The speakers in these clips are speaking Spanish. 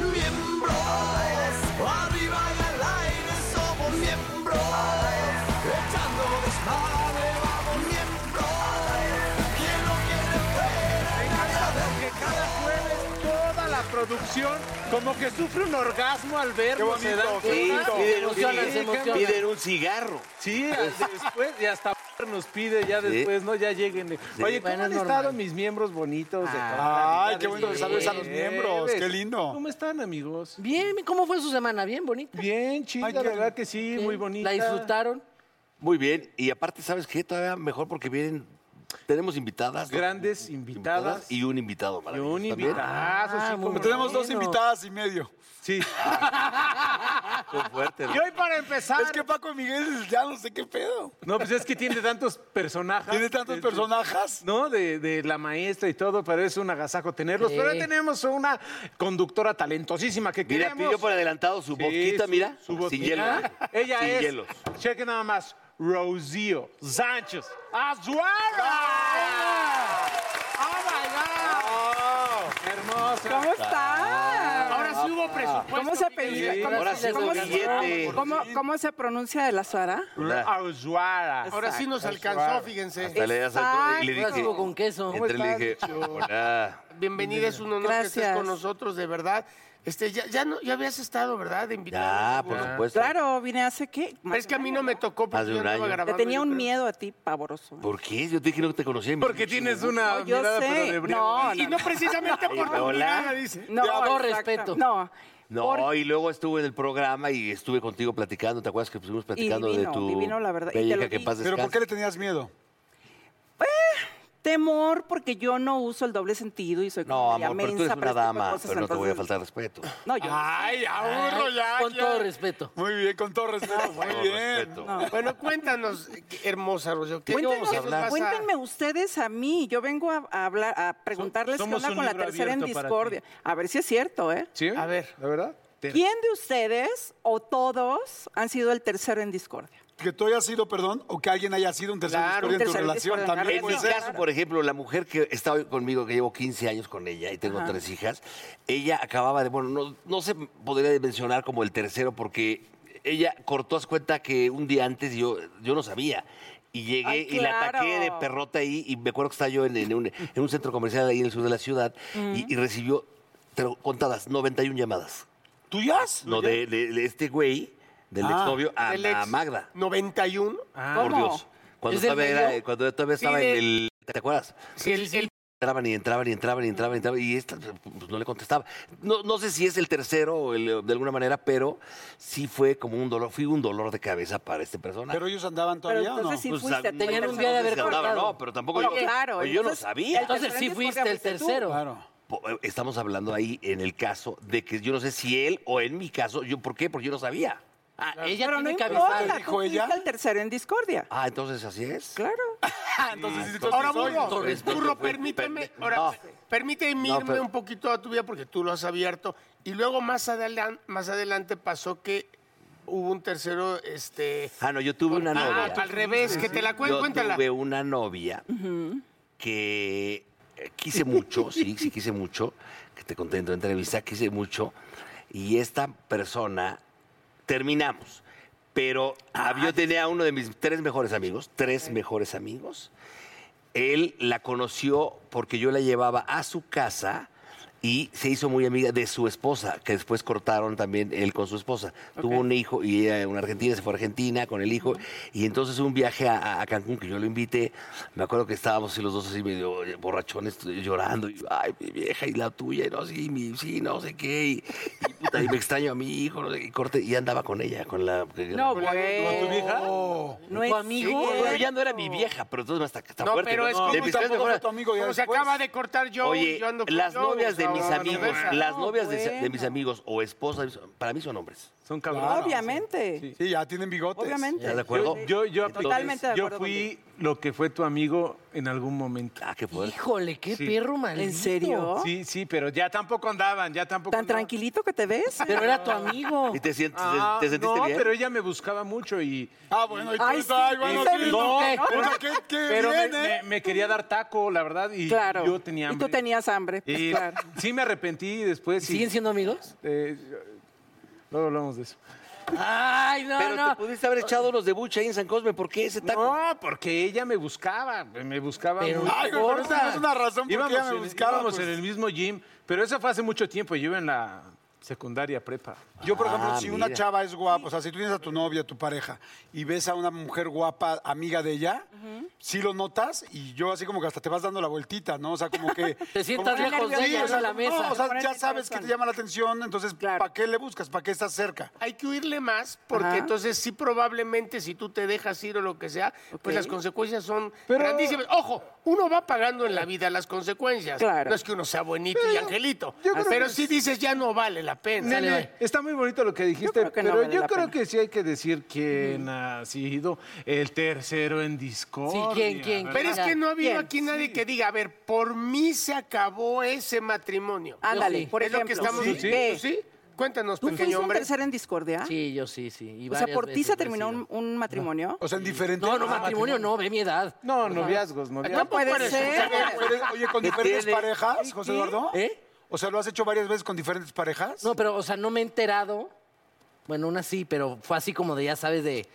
Miembros, arriba y al aire somos miembros, echando desmadre vamos miembros, quien no quiere fuera y nadie que cada jueves toda la producción como que sufre un orgasmo al verlo. bonito, ¿se dan qué cuenta? bonito. Sí, Se emocionan, sí, se emocionan. piden un cigarro. Sí, al- después y hasta nos pide ya después, ¿no? Ya lleguen. Oye, ¿cómo Bueno, han es estado mis miembros bonitos? de Ah, todas ay, qué las bueno que navidades? saludes a los miembros, qué lindo. ¿Cómo están, amigos? Bien, ¿cómo fue su semana? Bien, bonita. Bien, chida, Ay, la qué- verdad que sí, muy ¿La bonita. disfrutaron? Muy bien, y aparte, ¿sabes qué? Todavía mejor porque vienen, tenemos invitadas. Grandes invitadas. Y un invitado Y maravilloso un también. Ah, invitazo, sí, cómo no. Tenemos dos Bueno. invitadas y medio. Sí. Qué fuerte. Y hoy para empezar. Es que Paco y Miguel, ya no sé qué pedo. No, pues es que tiene tantos personajes. Tiene tantos Este, personajes. ¿no? De, de la maestra y todo, pero es un agasajo tenerlos. Pero ahí tenemos una conductora talentosísima que Mira, queremos. pidió por adelantado su Sí, boquita, su- mira. su boquita. Ah, Sin hielo. Ella Sin es, hielos. cheque nada más, Rocío Sánchez Azuara. ¡Oh, my God! Hermosa. ¿Cómo está? Ahora sí hubo presupuesto. ¿Cómo se, Sí, apellida? ¿Cómo- ahora sí cómo hubo se- billete. cómo- cómo se pronuncia el Azuara? Azuara. Ahora sí nos alcanzó, fíjense. Hasta le saltó y le Ahora sí dije. hubo con queso. Entré y le dije, hola. Bienvenida, es un honor que Gracias. estés con nosotros, de verdad. Este, ya, ya, no, ya habías estado, ¿verdad? De Ya, invitado. por supuesto. Claro, vine hace qué? Es que a mí no me tocó Más porque de un yo andaba año. Te Te grabando. tenía yo un creo. miedo a ti pavoroso. ¿Por qué? Yo te dije que no te conocía. me Porque dijo, tienes una No, yo mirada sé. pero de brillo. No, Y no precisamente por Ay, tu hola. mirada, dice. No, Todo exacta- respeto. No, No, y luego estuve en el programa y estuve contigo platicando. ¿Te acuerdas que estuvimos platicando divino, de tu. divino, la verdad, y te bella lo hija que di. Eh, en paz ¿Pero por qué descanse? le tenías miedo? temor porque yo no uso el doble sentido y soy No, como media amor, pero tú mensa eres para este tipo una de dama, cosas, pero no te voy a entonces- faltar respeto. No, yo Ay, aburro ya. Con ya. todo respeto. Muy bien, con todo respeto. Muy Con bien. respeto. Bueno, cuéntanos, eh, qué hermosa Rocío, ¿qué Cuéntenos- qué nos vas a- Cuéntenme ustedes a mí. Yo vengo a, a hablar, a preguntarles qué somos onda un con la libro tercera en abierto para discordia. A ver si es cierto, ¿eh? ¿Sí? A ver. ¿La verdad? ¿Quién de ustedes o todos han sido el tercero en discordia? Que tú hayas sido, perdón, o que alguien haya sido un tercer Claro, discordia un tercer en tu relación. discordia, También En mi puede Pues, ser. caso, por ejemplo, la mujer que está hoy conmigo, que llevo 15 años con ella y tengo tres hijas, ella acababa de, bueno, no, no se podría mencionar como el tercero porque ella cortó haz cuenta que un día antes yo, yo no sabía. Y llegué Ay, y la ataqué de claro. perrota ahí y me acuerdo que estaba yo en, en un, en un centro comercial ahí en el sur de la ciudad y, y recibió, te lo- contadas, 91 llamadas. ¿Tuyas? No, de, de- de este güey, del Ah, exnovio, a, del a ex Magda. 91. Por ¿Cómo? Dios. Cuando ¿Es del todavía, era- eh, medio? cuando todavía Sí, estaba en de- el... ¿Te acuerdas? el- el- Entraban y entraban y entraban y entraban y entraban y esta pues, no le contestaba. No, no sé si es el tercero o el- de alguna manera, pero sí fue como un dolor, fui un dolor de cabeza para este personaje. ¿Pero ellos Pero andaban todavía o no? entonces sí Pues, fuiste. ah, tú tenían el un día de haber tercero. se hablaba, cortado. no, pero tampoco Oye, yo, claro, yo no entonces, sabía. el tercer Entonces, sí discordia fuiste el fuiste tú. tercero. Claro. Po- eh, Estamos hablando ahí en el caso de que yo no sé si él o en mi caso, yo ¿por qué? Porque yo no sabía. Ah, ella Pero no tiene que importa, avisar. dijo tú fuiste ella? el tercero en discordia. Ah, entonces así es. Ah, Claro. Ahora, Con burro, respeto, burro, pues, permíteme, per- ahora, no. permíteme No, irme pero- un poquito a tu vida porque tú lo has abierto. Y luego más adelante, más adelante pasó que hubo un tercero, este... Ah, no, yo tuve una Ah, novia. al revés, que te la cuento, Yo cuéntala. tuve una novia que eh, quise mucho, sí, sí quise mucho, que te conté en tu entrevista, quise mucho, y esta persona terminamos. Pero ah, yo tenía uno de mis tres mejores amigos, tres mejores amigos. Él la conoció porque yo la llevaba a su casa y se hizo muy amiga de su esposa, que después cortaron también él con su esposa. Tuvo un hijo y ella, una argentina, se fue a Argentina con el hijo. Y entonces un viaje a, a Cancún que yo lo invité. Me acuerdo que estábamos así los dos así medio eh, borrachones llorando. Y, Ay, mi vieja y la tuya, y no, sí, mi, sí, no sé qué. Y, y, puta, y me extraño a mi hijo, no sé qué, y corte. Y andaba con ella, con la. No, pues. bueno. tu vieja? No es tu amigo. cierto. Pero ya no era mi vieja, pero entonces hasta está No, fuerte. pero es como De tampoco mis tres fue mejores- tu amigo ya Como se después. acaba de cortar yo Oye, y yo ando con las Joe, novias de o mis sea, amigos, viceversa. las novias de, de mis bueno. amigos o esposas, para mí son hombres. Son cabrones. Obviamente. Sí, ya tienen bigotes. Obviamente. ¿Estás de acuerdo? Yo, yo, apenas- Totalmente de yo acuerdo fui lo que fue tu amigo en algún momento. Ah, qué poder. Híjole, qué Sí. perro maldito. ¿En serio? Sí, sí, pero ya tampoco andaban, ya tampoco ¿Tan andaban. tranquilito que te ves? Pero era tu amigo. ¿Y te, sientes, Ah, te, sentiste no, bien? pero ella me buscaba mucho y... Ah, bueno, y tú Ay, estás- sí, ay, bueno, qué sí, feliz. no. ¿Qué? O sea, qué, qué Pero me, bien, ¿eh? me- me quería dar taco, la verdad, y Claro. yo tenía y hambre. tú tenías hambre. pues, Y claro. sí me arrepentí y después... sí, ¿Siguen siendo amigos? eh, luego hablamos de eso. Ay, no, Pero no. te pudiste haber echado unos de bucha ahí en San Cosme. ¿Por qué ese taco? No, porque ella me buscaba, me buscaba. Pero mucho. Ay, güey, pero esa no es una razón por qué íbamos, ya me en, buscaba, íbamos pues. en el mismo gym, pero eso fue hace mucho tiempo, yo iba en la secundaria prepa. Yo, por ejemplo, Ah, si una mira. chava es guapa, o sea, si tú tienes a tu novia, a tu pareja, y ves a una mujer guapa, amiga de ella, sí lo notas y yo así como que hasta te vas dando la vueltita, ¿no? O sea, como que... Te sientas como que- lejos de Sí, ella, o sea, no a la como- no, mesa. o sea, Pones ya el sabes que te corazón. llama la atención, entonces, Claro. ¿para qué le buscas? ¿Para qué estás cerca? Hay que huirle más, porque Ajá. entonces sí probablemente si tú te dejas ir o lo que sea, Ok. pues las consecuencias son Pero- grandísimas. Ojo, uno va pagando en la vida las consecuencias. Claro. No es que uno sea bonito y angelito, yo creo pero que sí dices ya no vale la pena. Nene, está muy bonito lo que dijiste, creo que no pero vale yo la creo pena. que sí hay que decir quién ha sido el tercero en disco. Sí, ¿quién, quién? Pero es Mira, que no ha habido bien, aquí nadie que diga, a ver, por mí se acabó ese matrimonio. Ándale, sí. por es ejemplo. lo que estamos Sí, sí. diciendo, Pues Ve, ¿sí? Cuéntanos, ¿Tú fuiste pequeño un hombre. tercero en discordia? Sí, yo sí, sí. y O sea, varias ¿por ti veces se lo he terminó sido. un, un matrimonio? O sea, en diferentes... No, no, matrimonio no, ve mi edad. No, noviazgos, No noviazgos. puede ser. Oye, ¿con diferentes tiene? parejas, José Eduardo? ¿Eh? O sea, ¿lo has hecho varias veces con diferentes parejas? No, pero, o sea, no me he enterado. Bueno, una sí, pero fue así como de, ya sabes, de...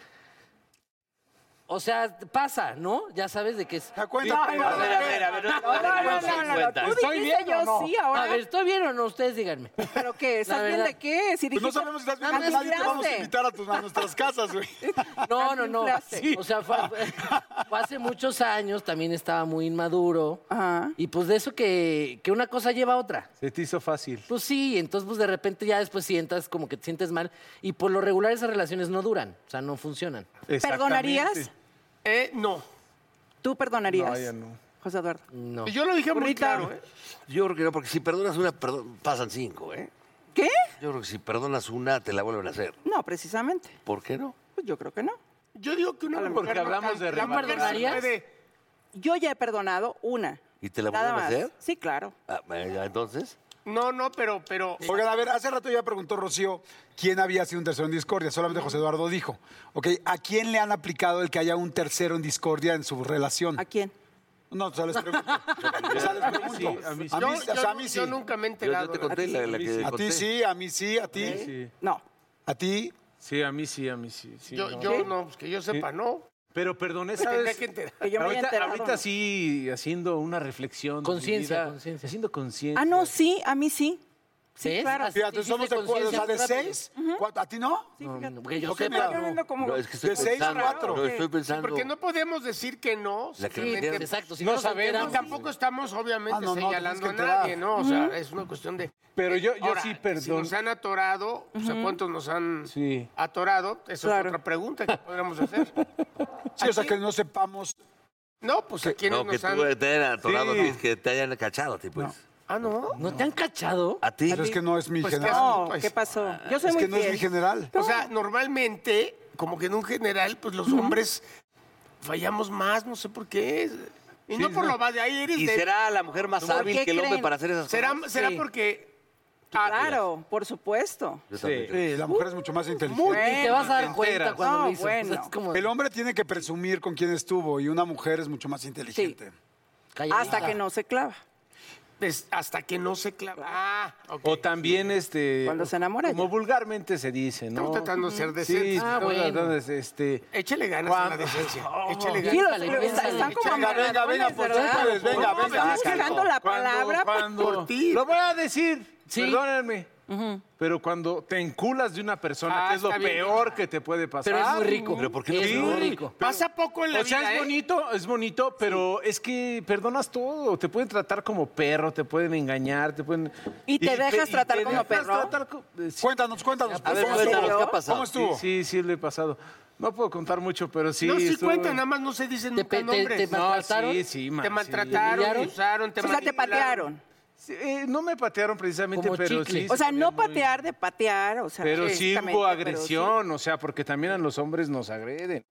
O sea, pasa, ¿no? Ya sabes de que es... ¿Te das cuenta? A ver, a ver, a ver. No, No, no, no, no, no, no. Tú ¿Estoy dijiste bien o yo no? sí A ahora. ver, ¿estoy bien o no? Ustedes díganme. ¿Pero qué? ¿Estás La bien de verdad. qué? Si Pues no dijiste- sabemos si estás bien, Ah, no, nadie te vamos a esperaste. invitar a, tus- a nuestras casas, güey. No, no, no. Cantinflaste. Sí. O sea, fue, fue hace muchos años, también estaba muy inmaduro. Ajá. Y pues de eso que, que una cosa lleva a otra. Se te hizo fácil. Pues sí, entonces pues de repente ya después sientas como que te sientes mal. Y por lo regular esas relaciones no duran, o sea, no funcionan. ¿Perdonarías? Exactamente. Eh, no. ¿Tú perdonarías? No, ya no. José Eduardo. No. Yo lo dije muy claro, ¿eh? Yo creo que no, porque si perdonas una, perdón- pasan cinco, ¿eh? ¿Qué? Yo creo que si perdonas una, te la vuelven a hacer. No, precisamente. ¿Por qué no? Pues yo creo que no. Yo digo que una Porque mujer no hablamos canta. de La mujer sí rivalidades. puede- Yo ya he perdonado una. ¿Y te la Nada vuelven a más. hacer? Sí, claro. Ah, bueno, ya, entonces. No, no, pero, pero. Oigan, a ver, hace rato ya preguntó Rocío quién había sido un tercero en discordia. Solamente José Eduardo dijo. Ok, ¿a quién le han aplicado el que haya un tercero en discordia en su relación? ¿A quién? No, o sea, les pregunto. O sea, les pregunto. Sí, a mí sí. A mí, yo, o sea, yo- a mí sí. yo nunca me he Yo, enterado. yo te conté la, la que A conté. ti sí, a mí sí, a ti. Sí. No. A ti. Sí, a mí sí, a mí sí. sí, yo, no. yo no, pues que yo sepa, no. Pero perdoné, Tendría ¿sabes? que enterar. Que yo me haya ahorita, enterado, ahorita ¿no? sí, haciendo una reflexión. de mi Conciencia, vida, conciencia. Haciendo conciencia. Ah, no, sí, a mí sí. Sí, ¿Ves? claro. Así Fíjate, hiciste somos de cuatro, o sea, de conciencia rápido. seis. ¿Cuatro? ¿A ti no? Sí, fíjate. Que yo Ok, sepa, mira, Yo no. viendo como- No, es que estoy De seis a pensando, cuatro. No, estoy Sí, pensando. porque no podemos decir que no. La que Sí, simplemente- exacto. Si No no, nos sabemos. No, enteramos, tampoco estamos, obviamente, Ah, no, no, señalando tienes que a nadie, enterar. ¿no? O sea, es una cuestión de. Pero yo- yo Ahora, sí, Si perdón. nos han atorado, o sea, ¿cuántos nos han Sí. atorado? Esa Claro. es otra pregunta que podríamos hacer. Sí, o sea, que no sepamos. No, pues a quienes No, que nos tú han. te hayan atorado, Sí. tienes que te hayan cachado, a ti, pues. Ah, no. ¿No te han cachado? ¿A ti? Pero es que no es mi Pues, ¿qué general. No, Pues, ¿qué pasó? Yo soy Es muy que no es fiel. mi general. O sea, normalmente, como que en un general, pues los hombres fallamos más, no sé por qué. Y no por lo más de ahí eres ¿Y de- será la mujer más ¿Por hábil qué que el hombre creen? para hacer esas cosas? será, será Sí. porque Claro, por supuesto. Yo también. Sí, la mujer es mucho más inteligente. Y te vas a dar enteras. cuenta cuando No, lo hizo. O sea, bueno. es como- El hombre tiene que presumir con quién estuvo y una mujer es mucho más inteligente. Pues, Calladita. Hasta que no se clava. des- hasta que no se clava. Ah, ok. O también, este. Cuando se enamora Como vulgarmente se dice, ¿no? Estamos tratando de ser Sí, decentes. Ah, estamos bueno. tratando de- este. Échele ganas a la Cuando- decencia. Oh. Échele ganas. Quiero- Piénsale, está- piénsale. están como Venga, venga, venga, amarradones, por ¿verdad? favor, pues, venga, No, me venga. Estás quitando la Cuando- palabra. pues, cuando- por ti. Lo voy a decir. Sí. Perdónenme. Pero cuando te enculas de una persona, Ah, que es lo está bien. peor que te puede pasar. Pero es muy rico. Pero ¿por qué no Es se muy lo- rico. Pasa poco en la O sea, vida, es ¿eh? bonito, es bonito, pero es que perdonas todo. Te pueden tratar como perro, te pueden engañar, te pueden. ¿Y te dejas tratar como dejas perro? tratar co- eh, sí, Cuéntanos, cuéntanos. A por ver, favor. cuéntanos, ¿qué ha ¿Cómo pasado? estuvo? Sí, sí, le he pasado. No puedo contar mucho, pero sí. no, sí estuvo- cuenta, nada más no se dicen Te, nunca pe- te- nombres. te No, maltrataron. sí, sí, ma- Te sí. maltrataron, ¿Te te usaron, te O sea, te patearon. Sí, eh, no me patearon precisamente, Como pero chicle. sí. O sea, estuve no muy- patear de patear, o sea, Pero sí físicamente, hubo pero sí. agresión, o sea, porque también a los hombres nos agreden.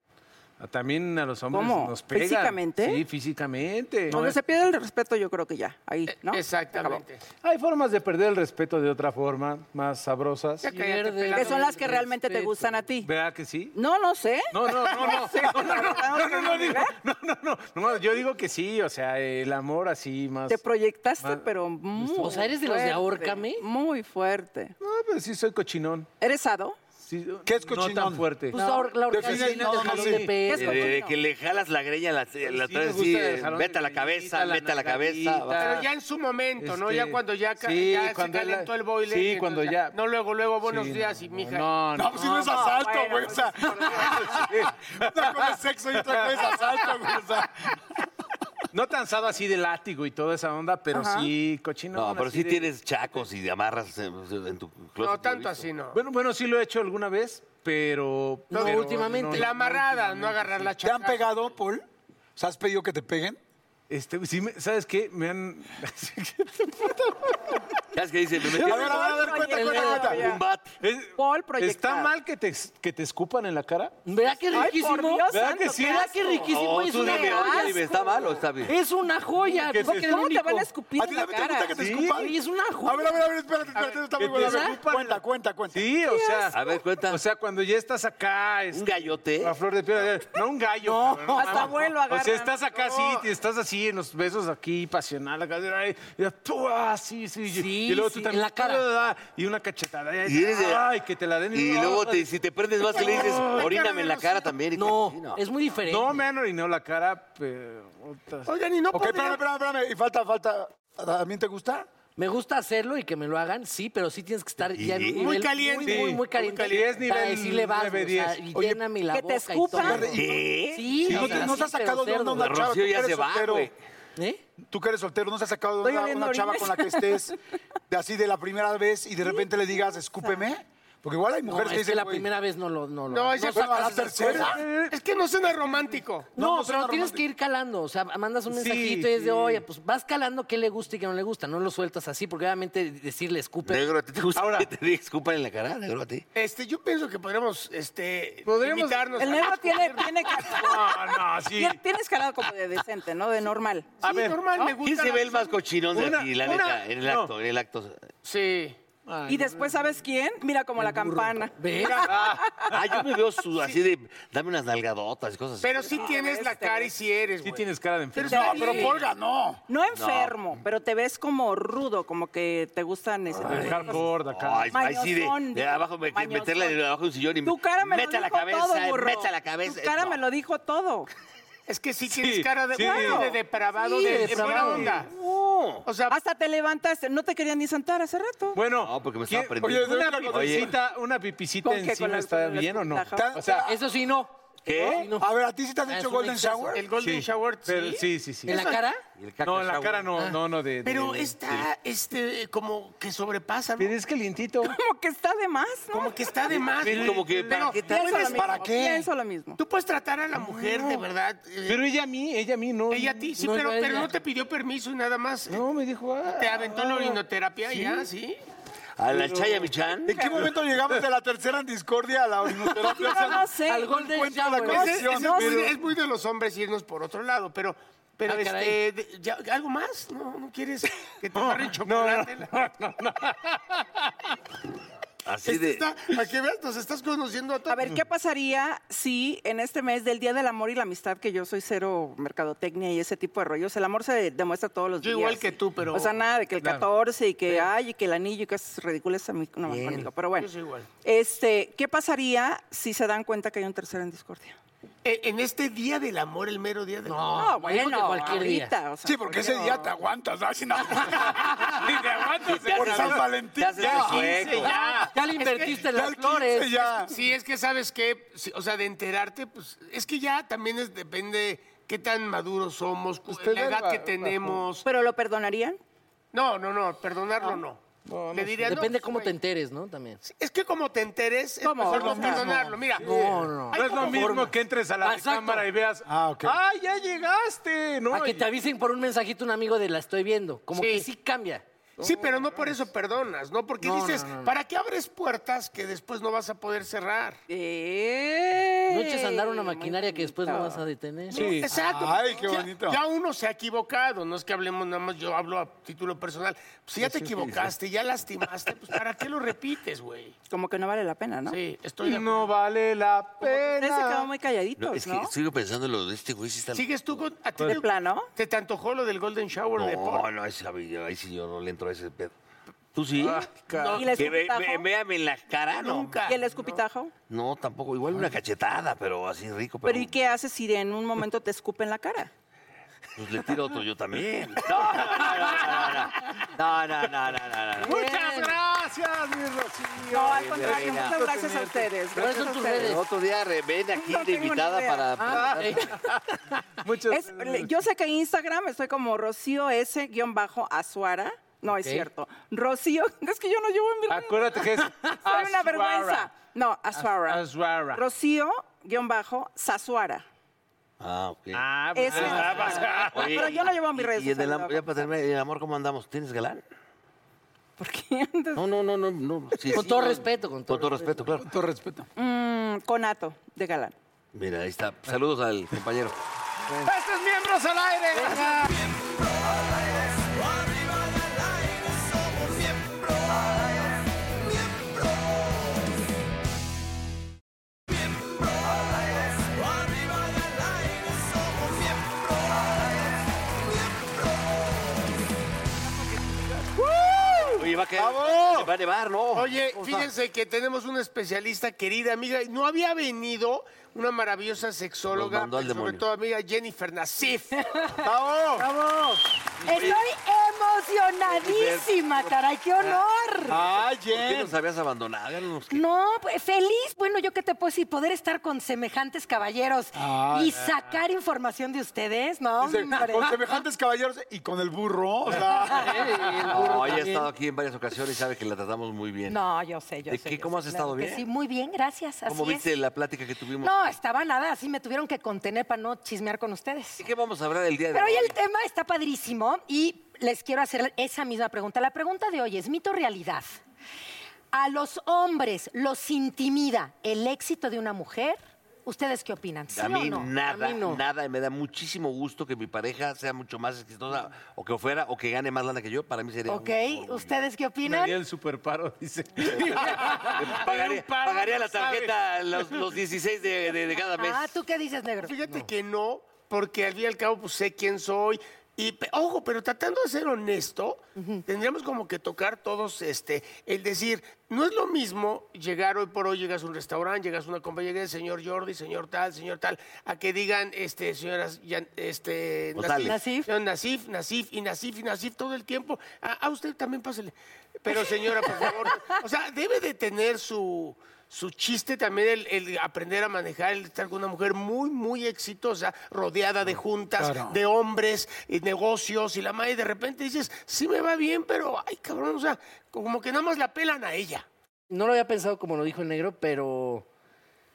A- También a los hombres ¿Cómo? nos pegan. ¿Físicamente? Sí, físicamente. Cuando se pierde el respeto, yo creo que ya, ahí, ¿no? Exactamente. Hay formas de perder el respeto de otra forma, más sabrosas. Ya cállate, Pierde- pelado. Que son las que realmente te Respeto. gustan a ti. ¿Verdad que sí? No, no sé. No, no, no, no. No, no, no, Vamos no, no, no, a digo, ver. no, no, no, no, yo digo que sí, o sea, el amor así más. Te proyectaste, Mal. pero muy O sea, ¿eres de los de fuerte, ahórcame? Muy fuerte. No, pero sí soy cochinón. ¿Eres sado? Sí, ¿Qué es No tan cochinón? fuerte. Pues ahora la orgasmo Define- no, del no, jalón sí. de ¿Qué es De- pelo. de- de cochino? Eh, que le jalas la greña, la, la Sí, me traes gusta así, el jalón de vete a la cabeza, greñita, la vete a la cabeza. nalgadita. va. Pero ya en su momento, ¿no? Este, Ya cuando ya, ca- sí, ya cuando se ya la- calentó el boiler. sí, entonces cuando ya- No, luego, luego, buenos Sí, días no, y mija. No, No, no. pues si no pues, es asalto, güey. O sea, una cosa es sexo y otra cosa es asalto, güey. O sea, No tan sado así de látigo y toda esa onda, pero sí cochinón. No, pero así sí de- tienes chacos y amarras en, en tu closet. No lo he tanto visto. así, no. Bueno, bueno, sí lo he hecho alguna vez, pero. No, pero últimamente. La amarrada, no agarrar la ¿Te han chaca. pegado, Paul? O sea, ¿Has pedido que te peguen? Este, sí me- ¿Sabes qué? Me han. ¿Sabes qué dice? Me metí A ver, a ver, a ver, cuenta, Oye, cuenta, no, cuenta. ya. un bat. Es- Paul proyectado. ¿Está mal que te, ex- que te escupan en la cara? ¿Verdad que Ay, riquísimo? por Dios ¿Verdad santo, que sí? Oh, qué ¿Verdad que asco. riquísimo? No, es Oh, tú una dime, joya. oye, dime, ¿está mal o está bien? Es una joya. ¿Qué es porque esto? es ¿Cómo te único. van a escupir ¿A en ti la también te gusta que cara? te Sí, escupan? Oye, es una A ver, joya. a ver, a ver, espérate, espérate, está muy que te buena. a ver. escupan. Cuenta, cuenta, cuenta. Sí, o sea. asco. A ver, cuenta. O sea, cuando ya estás acá. ¿Un este, gallote? A flor de piedra. No, un gallo. cabrón, no hasta mames. abuelo O sea, agarran. estás acá así, te estás así en los besos aquí, pasional. Acá, ay, y tú, ah, sí, sí. y- Sí, y luego sí, tú en también. la cara. ah, Y una cachetada. Ay, Y eres de- ay, que te la den. Y no, luego, te- si te prendes más, que le dices, oríname en la cara también. y cosas así, No, es muy diferente. No me han orinado la cara, pero. otras- Oigan, y no Ok, espérame, podrían- espérame, espérame. Y falta, falta. ¿También te gusta? Me gusta hacerlo y que me lo hagan, sí, pero sí tienes que estar ya en un Sí. nivel Muy caliente. Muy, muy, muy Sí, caliente. muy caliente. Es nivel para decirle vas, güey, 9-10. o sea, y Oye, lléname la que boca te y todo. escupan. ¿Qué? Sí, Y no, o te, sea, no sí, te has pero sacado de onda cerdo. una La chava. Rocío tú ya que eres se va, soltero. güey. ¿Eh? Tú que eres soltero, no te has sacado Estoy de onda oliendo una chava orines. con la que estés de así de la primera vez y de repente le digas, escúpeme. Porque igual hay No, mujeres es que que dicen. la güey, primera vez no lo. No, lo No, hago. ese No, fue pero a la las tercera. cosas. Es que no suena romántico. No, no, pero suena tienes romántico. que ir calando. O sea, mandas un Sí, mensajito y es sí. de, oye, pues vas calando qué le gusta y qué no le gusta. No lo sueltas así, porque obviamente decirle escupe. Negro, ¿a ti te gusta Ahora- que te escupan en la cara, negro, a ti? Este, yo pienso que podríamos, este, Podríamos- invitarnos El a- negro tiene, tiene que... No, no, sí. Tien- Tienes calado como de decente, ¿no? De normal. Sí, A ver, normal, me gusta. ¿Quién se la- ve el más cochinón de Una- aquí, la una- neta? En el no. acto, en el acto. Sí. Y después, ¿sabes quién? Mira como la campana. ¿Ves? Ah, yo me veo su- así de, dame unas nalgadotas y cosas así. Pero sí tienes la este, cara y sí eres, Sí güey. tienes cara de enfermo. No, Pero Polga, no. No enfermo, pero te ves como rudo, como que te gustan ese tipo de El cosas. hardcore de acá. Ay, ay, sí, de, Mañosón, de digo, abajo, me, mañosón. meterla en abajo de un sillón y Tu cara me meta lo la dijo cabeza, todo, burro. meta la cabeza. Tu cara No. me lo dijo todo. Es que sí, Sí, tienes cara de, sí. bueno, de depravado, Sí, de, de depravado. buena onda. O sea, Hasta te levantaste. No te querían ni sentar hace rato. Bueno, Pues, No, porque me estaba ¿qué- prendiendo. Oye, una Oye. pipicita, una pipicita ¿Con qué? encima ¿Con la- está con la bien o no? esponja? O sea, Eso sí, no. ¿Qué? No. A ver, ¿a ti sí te has Ah, es hecho un Golden exceso. Shower? el Golden Shower, sí. Pero sí, sí, sí. ¿En la cara? Y el caca No, en la shower. cara no, no, no de. de- Pero está, este, como que sobrepasa, ¿no? Pero es calientito. Como que está de más, ¿no? Como que está de más. Pero güey. como que, Pero ¿para qué tú puedes- mismo, ¿para qué? Pienso lo mismo. Tú puedes tratar a la mujer, de verdad. eh, Pero ella a mí, ella a mí no. ella a ti, sí, no, pero, yo a pero ella. no te pidió permiso y nada más. eh, No, me dijo. ah, Te aventó la orinoterapia y Sí. ya, ¿sí? A la Chaya Michan. ¿En qué momento llegamos de la tercera en discordia a la orinoterapia? O sea, Yo no sé. Al golden encuentro la shower. cosa. Ese- ese es, No, muy, pero- es muy de los hombres irnos por otro lado, pero... Pero, Ah, caray. este, de- ya- ¿algo más? ¿No, ¿No quieres que te parren chocolate? No, no, no. Así Este de. está- a que veas, nos estás conociendo a todos. A ver, ¿qué pasaría si en este mes del Día del Amor y la Amistad, que yo soy cero mercadotecnia y ese tipo de rollos, el amor se demuestra todos los Yo días? igual que tú, pero- O sea, nada de que el 14 y que ay, y que el anillo y que es ridículo es a mí, no, Bien. conmigo, pero bueno. Yo soy igual. Este, ¿qué pasaría si se dan cuenta que hay un tercero en discordia? E- En este día del amor, el mero día del amor. No, yo digo que cualquier día. ahorita, Ah, o sea, Sí, porque ese día te aguantas, ¿no? Si no- Ni te aguantas por haces- San te Valentín. haces ya. el sueco. ya. Ya le invertiste en Ya las el 15 flores. ya. Sí, es que sabes que, o sea, de enterarte, pues es que ya también es- depende qué tan maduros somos, cu- Usted la es edad ba- que bajo. tenemos. ¿Pero lo perdonarían? Ah. No, no, no, perdonarlo no. Le diría, no, Depende pues, cómo te güey, enteres, ¿no? También. Es que como te enteres, es ¿Cómo? mejor No no es lo perdonarlo. Mira, No, no, no. Ay, No es lo ¿cómo? mismo que entres a la Ah, exacto. cámara y veas, Ah, ok. ¡ay, ya llegaste! ¿no? A que te avisen por un mensajito un amigo de la estoy viendo. Como Sí. que sí cambia. Sí, pero no por eso perdonas, ¿no? Porque No, dices, no, no, no. ¿para qué abres puertas que después no vas a poder cerrar? ¡Ey! No eches a andar una maquinaria que después no vas a detener. Sí. Exacto. Ay, qué Ya- bonito. Ya, uno se ha equivocado, no es que hablemos nada más, yo hablo a título personal. Pues, Si ya te equivocaste, ya lastimaste, pues ¿para qué lo repites, güey? Como que no vale la pena, ¿no? Sí, estoy de acuerdo. No vale la Ustedes se quedan pena. muy No, calladitos, es ¿no? que sigo pensando en lo de este güey. Sí está... ¿Sigues tú con...? A ti ¿De plano? ¿Te, te antojó lo del Golden Shower de No, Paul? no, ese, ahí sí yo no le entro a ese pedo. ¿Tú sí? No, ¿Y la Que ve- escupitajo? ve- véame en la cara, no. Nunca. ¿Y el escupitajo? No, tampoco. Igual una cachetada, pero así rico. Pero, ¿Pero y qué haces si en un momento te escupen la cara? Pues le tiro otro yo también. No, no, no, no, no, no, no, no, no, no, no. Muchas gracias, mi Rocío. No, al contrario, muchas gracias a ustedes. ¿Cuáles Gracias son a tus ustedes. redes? Otro día re- ven aquí No de tengo ni invitada idea. para... Ah, eh, Muchas Es- le- yo sé que en Instagram estoy como Rocío S-Azuara. No, es Ok. cierto. Rocío, es que yo no llevo en mi Acuérdate que es Soy una vergüenza. No, Azuara. Azuara. Rocío, guión bajo, Sazuara. Ah, ok. Ah, Ese es Azuara. Oye, Pero yo no llevo a mis y- redes Y en el, am- sociales. ya para terminar, ¿y en el amor, ¿cómo andamos? ¿Tienes galán? ¿Por qué andas? No, no, no, no. no. Sí, Con sí, todo no. respeto, con todo Con todo respeto, claro. Con respeto. Mm, conato de galán. Mira, ahí está. Saludos al compañero. Este ¡Estos miembros al aire! Oye, va a quedar... ¡Bravo! Va a nevar, ¿no? Oye, fíjense que tenemos una especialista querida, amiga. y No había venido una maravillosa Nos sexóloga, mandó al pero sobre demonio. todo amiga Jennifer Nassif. Estoy emocionadísima, caray, qué honor. Ah. Ay, ¿Por qué Jen. nos habías abandonado? Háganos que- No, pues, feliz, bueno, yo qué te puedo decir, poder estar con semejantes caballeros Ah, y sacar información de ustedes, ¿no? Dice, hombre. con semejantes caballeros y con el burro, o sea, No, ella ha estado aquí en varias ocasiones y sabe que la tratamos muy bien. No, yo sé, yo ¿De sé. qué? yo ¿Cómo sé, has estado claro que bien? Sí, muy bien, gracias. Así ¿Cómo viste es. la plática que tuvimos? No, estaba nada, así me tuvieron que contener para no chismear con ustedes. ¿De qué vamos a hablar el día de Pero hoy hoy? el tema está padrísimo y les quiero hacer esa misma pregunta. La pregunta de hoy es mito o realidad. A los hombres los intimida el éxito de una mujer. ¿Ustedes qué opinan? ¿Sí a mí o no? nada, A mí no. nada. Me da muchísimo gusto que mi pareja sea mucho más exitosa o que fuera o que gane más lana que yo. Para mí sería. un Ok, orgullo. ¿ustedes qué Me opinan? di el superparo, dice. Pagaría, Un paro, pagaría la no sabe. tarjeta los, los 16 de, de- de cada mes. Ah, ¿tú qué dices, negro? Fíjate que no, porque al fin y al cabo pues, sé quién soy. Y pe- ojo, pero tratando de ser honesto, tendríamos como que tocar todos este, el decir, no es lo mismo llegar hoy por hoy, llegas a un restaurante, llegas a una compañía, llegas, señor Jordi, señor tal, señor tal, a que digan, este, señoras, ya- este, González. Nasif. señor Nasif, Nasif, y Nasif, y Nasif todo el tiempo. A, a usted también pásele. Pero señora, pues, por favor, o sea, debe de tener su, su chiste también el, el aprender a manejar, el estar con una mujer muy, muy exitosa, rodeada de juntas, de hombres, y negocios, y la madre de repente dices, sí me va bien, pero, ay, cabrón, o sea, como que nada más la pelan a ella. Ah, No lo había pensado como lo dijo el negro, pero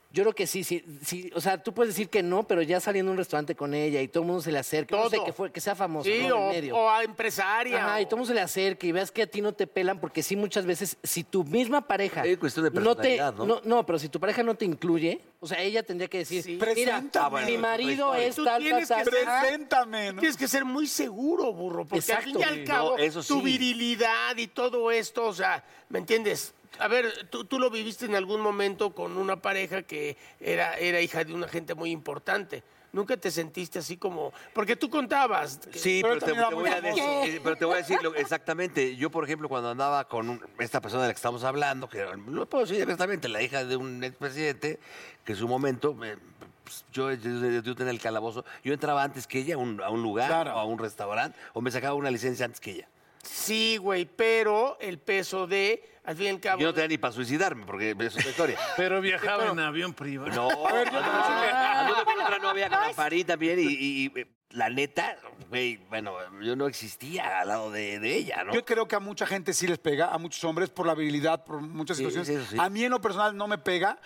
yo creo que sí, sí, sí. O sea, tú puedes decir que no, pero ya saliendo a un restaurante con ella y todo el mundo se le acerca. No sé, Todo. que, fue, que sea famoso ¿no? en Sí, el o, medio. o a empresaria. Ajá, o- y todo el mundo se le acerca y veas que a ti no te pelan, porque sí, muchas veces, si tu misma pareja. Es cuestión de no, te, personalidad, ¿no? no, pero si tu pareja no te incluye, o sea, ella tendría que decir: Sí. Mira, Ah, Preséntame. mi marido pues, es Tú tal, tal, tienes tal. que ser- Ah, preséntame. ¿no? Tienes que ser muy seguro, burro, porque al fin y Exacto. al cabo, No, eso tu sí. virilidad y todo esto, o sea, ¿me entiendes? a ver, tú, tú lo viviste en algún momento con una pareja que era, era hija de una gente muy importante. Nunca te sentiste así como. Porque tú contabas. que- Sí, pero, te, te voy a decir, eh, pero te voy a decir lo- exactamente. Yo, por ejemplo, cuando andaba con un- esta persona de la que estamos hablando, que lo puedo decir directamente, la hija de un expresidente, que en su momento, me- pues, yo, yo, yo tenía el calabozo, yo entraba antes que ella a un, a un lugar o a un restaurante, o me sacaba una licencia antes que ella. Sí, güey, pero el peso de, al fin y al cabo. Yo no tenía ni para suicidarme, porque eso es otra historia. Pero viajaba en avión privado. No, A ver, yo anduve- también. anduve con otra novia, con la París también, y, y- y, eh, la neta, güey, bueno, yo no existía al lado de, de ella, ¿no? Yo creo que a mucha gente sí les pega, a muchos hombres por la habilidad, por muchas Sí, situaciones. sí, eso sí. A mí en lo personal no me pega,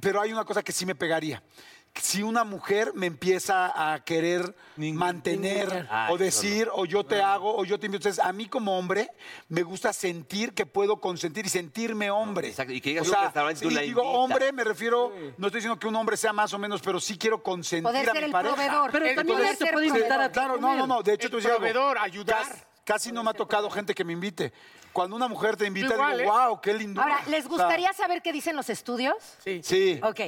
pero hay una cosa que sí me pegaría. Si una mujer me empieza a querer mantener Ah, o eso decir, o yo te hago, o yo te invito. Entonces, a mí como hombre, me gusta sentir que puedo consentir y sentirme hombre. exacto, y que llegas a O un sea, restaurante y tú sí, la digo invitas. hombre, me refiero, no estoy diciendo que un hombre sea más o menos, pero sí quiero consentir Poder a ser mi el pareja. proveedor. Pero también poder ser ser puede invitar proveedor. a ti a Claro, no, no, no. De hecho, El te voy a decir algo. proveedor, ayudar. Casi, casi no me ha tocado gente que me invite. Cuando una mujer te invita, igual, digo, ¿eh? wow, qué lindo. Ahora, ¿les gustaría saber qué dicen los estudios? Sí. Sí. Ok,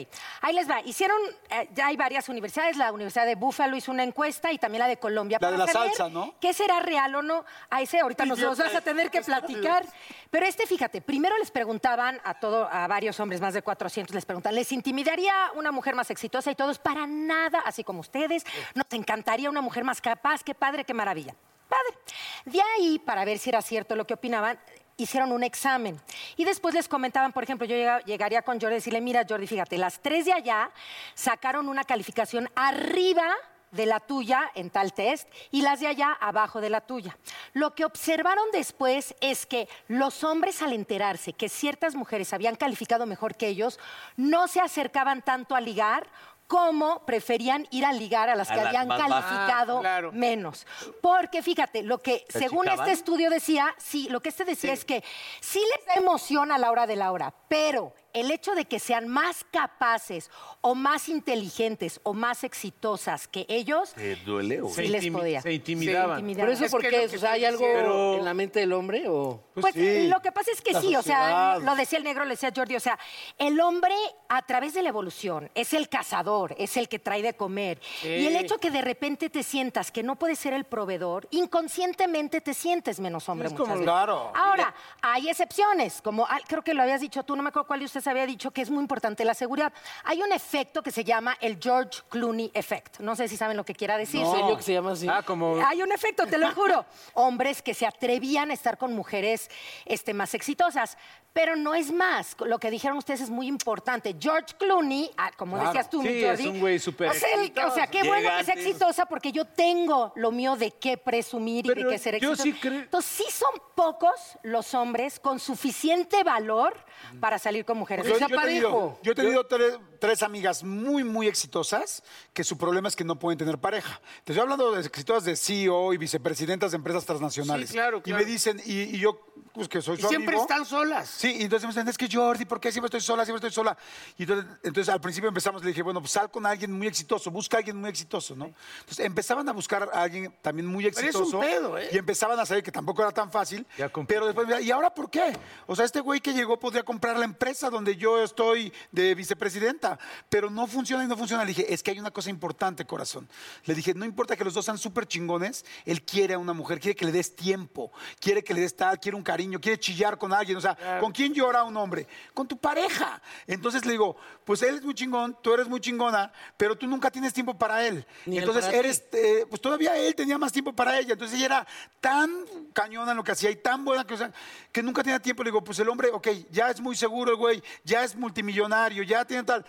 ahí les va. Hicieron, eh, ya hay varias universidades, la Universidad de Buffalo hizo una encuesta y también la de Colombia. La de para la saber salsa, ¿no? ¿Qué será real o no? A ese ahorita nos los Idiota. vas a tener que platicar. Pero este, fíjate, primero les preguntaban a todo, a varios hombres, más de 400, les preguntan, ¿les intimidaría una mujer más exitosa? Y todos, para nada, así como ustedes. Nos encantaría una mujer más capaz, qué padre, qué maravilla. Padre. De ahí, para ver si era cierto lo que opinaban, hicieron un examen. Y después les comentaban, por ejemplo, yo llega- llegaría con Jordi y decirle, mira, Jordi, fíjate, las tres de allá sacaron una calificación arriba de la tuya en tal test y las de allá abajo de la tuya. Lo que observaron después es que los hombres al enterarse que ciertas mujeres habían calificado mejor que ellos, no se acercaban tanto a ligar como preferían ir a ligar a las A que las habían más bajas. calificado Ah, claro. menos. Porque fíjate, lo que ¿Te según achicaban? este estudio decía, sí, lo que este decía es que sí les da emoción a la hora de la hora, pero el hecho de que sean más capaces o más inteligentes o más exitosas que ellos, ¿Te eh, duele o sí les intimi- podía. se intimidaban. Se ¿Pero eso Es por que qué lo es? que O sea, ¿hay estoy algo diciendo- en la mente del hombre o...? Pues, sí. lo que pasa es que La sí, o sea, sociedad. lo decía el negro, lo decía Jordi, o sea, el hombre a través de la evolución es el cazador, es el que trae de comer. Y el hecho que de repente te sientas que no puedes ser el proveedor, inconscientemente te sientes menos hombre. Es muchas como- veces. Claro. Ahora, hay excepciones, como ah, creo que lo habías dicho tú, no me acuerdo cuál de ustedes había dicho que es muy importante la seguridad. Hay un efecto que se llama el George Clooney Effect. No sé si saben lo que quiera decir. ¿En serio que se llama así? Ah, como. Hay un efecto, te lo juro. Hombres que se atrevían a estar con mujeres este, más exitosas. Pero no es más. Lo que dijeron ustedes es muy importante. George Clooney, ah, como Claro. decías tú, mi Sí, es Jordi, un güey súper O sea, el- o sea, qué exitoso. bueno que sea Llegante. exitosa porque yo tengo lo mío de qué presumir y Pero de qué ser yo exitoso. sí creo- Entonces, sí son pocos los hombres con suficiente valor Mm. para salir con mujeres. Yo, O sea, yo he tenido, parejo. yo he tenido tres, tres amigas muy, muy exitosas que su problema es que no pueden tener pareja. Te estoy hablando de exitosas de CEO y vicepresidentas de empresas transnacionales. Sí, claro, Y claro. me dicen, y, y yo, pues que soy Y su siempre amigo, están solas. Sí, y entonces me dicen, es que Jordi, ¿por qué siempre estoy sola, siempre estoy sola? Y entonces, entonces, al principio empezamos, le dije, bueno, pues sal con alguien muy exitoso, busca a alguien muy exitoso, ¿no? Entonces empezaban a buscar a alguien también muy Pero es exitoso. un pedo, ¿eh? Y empezaban a saber que tampoco era tan fácil. Ya compré. Pero después, mira, ¿y ahora por qué? O sea, este güey que llegó podría comprar la empresa donde yo estoy de vicepresidenta, pero no funciona y no funciona. Le dije, es que hay una cosa importante, corazón. Le dije, no importa que los dos sean súper chingones, él quiere a una mujer, quiere que le des tiempo, quiere que le des tal, quiere un cariño, quiere chillar con alguien. O sea, ¿con quién llora un hombre? Con tu pareja. Entonces le digo, pues él es muy chingón, tú eres muy chingona, pero tú nunca tienes tiempo para él. Ni él Entonces para ti. eres este, pues todavía él tenía más tiempo para ella. Entonces ella era tan cañona en lo que hacía y tan buena que, o sea, que nunca tenía tiempo. Le digo, pues el hombre, ok, ya es muy seguro el güey, ya es multimillonario, ya tiene tal.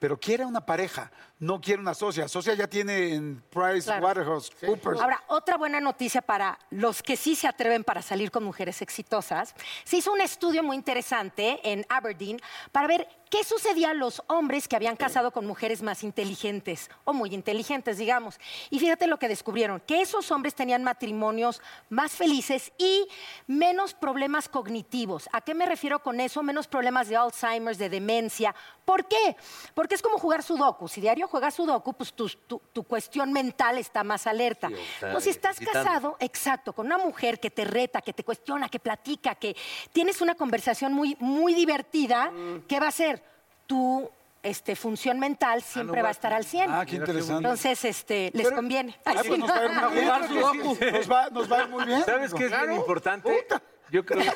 Pero quiere una pareja, no quiere una socia. Socia ya tiene en Price Claro. Waterhouse Coopers. Ahora, otra buena noticia para los que sí se atreven para salir con mujeres exitosas. Se hizo un estudio muy interesante en Aberdeen para ver qué sucedía a los hombres que habían casado con mujeres más inteligentes o muy inteligentes, digamos. Y fíjate lo que descubrieron, que esos hombres tenían matrimonios más felices y menos problemas cognitivos. ¿A qué me refiero con eso? Menos problemas de Alzheimer, de demencia. ¿Por qué? Porque es como jugar sudoku. Si diario juega sudoku, pues tu, tu- tu cuestión mental está más alerta. Sí, está no, si estás excitando. casado, exacto, con una mujer que te reta, que te cuestiona, que platica, que tienes una conversación muy, muy divertida, ¿qué va a ser? Tu este, función mental siempre va va a a- estar al 100. Ah, qué interesante. Entonces, este, les Pero- conviene. Ah, pues nos va a ir muy bien, porque sí, sí, nos va- nos va a ir muy bien. ¿Sabes qué es bien Claro. importante? Yo creo que,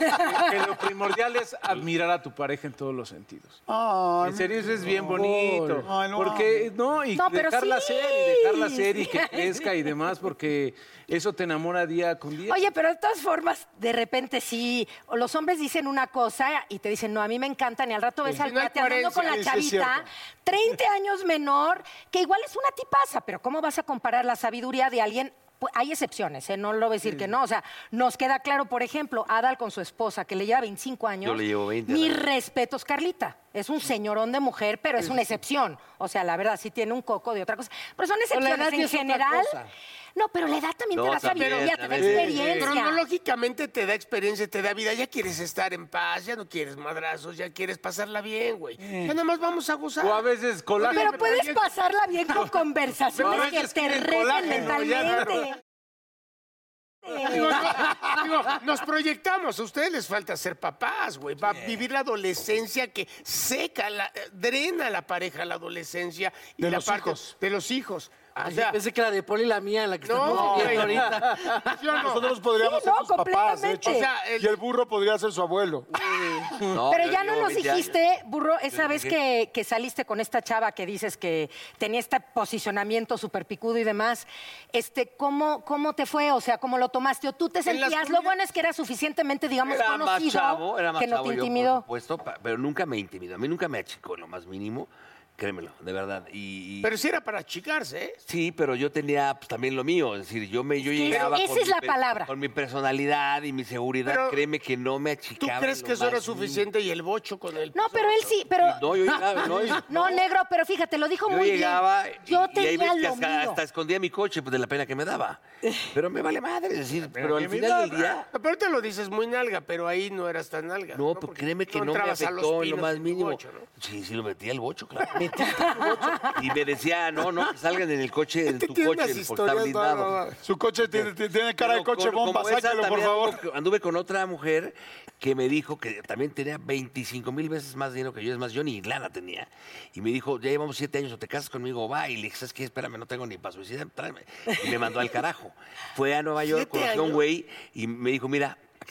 que lo primordial es admirar a tu pareja en todos los sentidos. Ay, en serio, eso es bien no. bonito. Ay, no. porque, no, y No, pero dejarla sí. ser, y dejarla ser, y Sí. que crezca y demás, porque eso te enamora día con día. Oye, pero de todas formas, de repente sí, o los hombres dicen una cosa y te dicen, no, a mí me encantan, y al rato ves Sí. al Sí, no hay cuate andando con la coherencia. Sí, sí, es chavita, 30 años menor, que igual es una tipaza, pero ¿cómo vas a comparar la sabiduría de alguien? Pues hay excepciones, ¿eh? no lo voy a decir que no. O sea, nos queda claro, por ejemplo, Adal con su esposa, que le lleva 25 años. Yo le llevo 20 Mis años. respetos, Carlita. Es un señorón de mujer, pero es una excepción. O sea, la verdad, sí tiene un coco de otra cosa. Pero son Con la edad ya excepciones en es otra general. cosa. No, pero la edad también te da sabiduría, te da experiencia. Cronológicamente te da experiencia, te da vida. Ya quieres estar en paz, ya no quieres madrazos, ya quieres pasarla bien, güey. Eh. Ya nada más vamos a gozar. O a veces colágeno. Pero puedes pasarla bien con Pero conversaciones a que veces te quieren reten colágeno, ya, mentalmente. Digo, no, digo, nos proyectamos. A ustedes les falta ser papás, güey. Va a vivir la adolescencia que seca, la, eh, drena a la pareja la adolescencia. Y De la los hijos. De los hijos. O Ay, sea, pensé que la de Poli la mía, la que No, estamos viviendo güey. ahorita. Yo no. Nosotros podríamos Sí, ser no, sus papás, de hecho. completamente. O sea, Y el burro podría ser su abuelo. Pero ya no nos dijiste, burro, Yo esa vez dije- que, que saliste con esta chava que dices que tenía este posicionamiento súper picudo y demás, este, ¿cómo, ¿cómo te fue? O sea, ¿cómo lo tomaste? ¿O tú te En las sentías? Lo bueno es que era suficientemente, digamos, Era más conocido chavo, era más que no chavo te yo, por intimidó. supuesto, pa- pero nunca me intimidó. A mí nunca me achicó en lo más mínimo, créemelo, de verdad. Y, y- Pero si era para achicarse, ¿eh? Sí, pero yo tenía pues, también lo mío. Es decir, yo me yo que llegaba esa con es mi la pe- palabra. Con mi personalidad y mi seguridad, Pero, créeme que no me ¿Tú achicaba. en crees lo que eso era más suficiente y el bocho con el... No, pero él sí, pero... pues. No, yo llegaba, no, yo- No, negro, pero fíjate, lo dijo mínimo. Yo muy llegaba bien. y- Yo y, ahí ves tenía que lo hasta, mío. hasta escondía mi coche pues, de la pena que me daba. Pero me vale madre, es decir, pero, al que me final del daba. día... Pero te lo dices muy nalga, pero ahí no eras tan nalga. No, pues créeme que no no, me entrabas a los afectó en lo pinos más en tu mínimo. bocho, ¿no? Sí, sí, lo metí al bocho, claro. Y me decía, no, no, que salgan en el coche, en tu tiene coche, unas el está historias, no, blindado. no, no. Su coche tiene, tiene cara de Pero coche con- como bomba, esa sáquelo, por también favor. anduve- Anduve con otra mujer que me dijo que también tenía 25 mil veces más dinero que yo. Es más, yo ni lana tenía. Y me dijo, ya llevamos siete años, o te casas conmigo o va. Y le dije, ¿sabes qué? Espérame, no tengo ni para suicida, tráeme. Y me mandó al carajo. Fue a Nueva York, ¿Siete conoció a un años? güey y me dijo, mira, aquí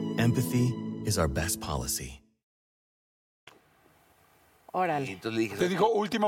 empathy is our best policy. Órale. Te dijo última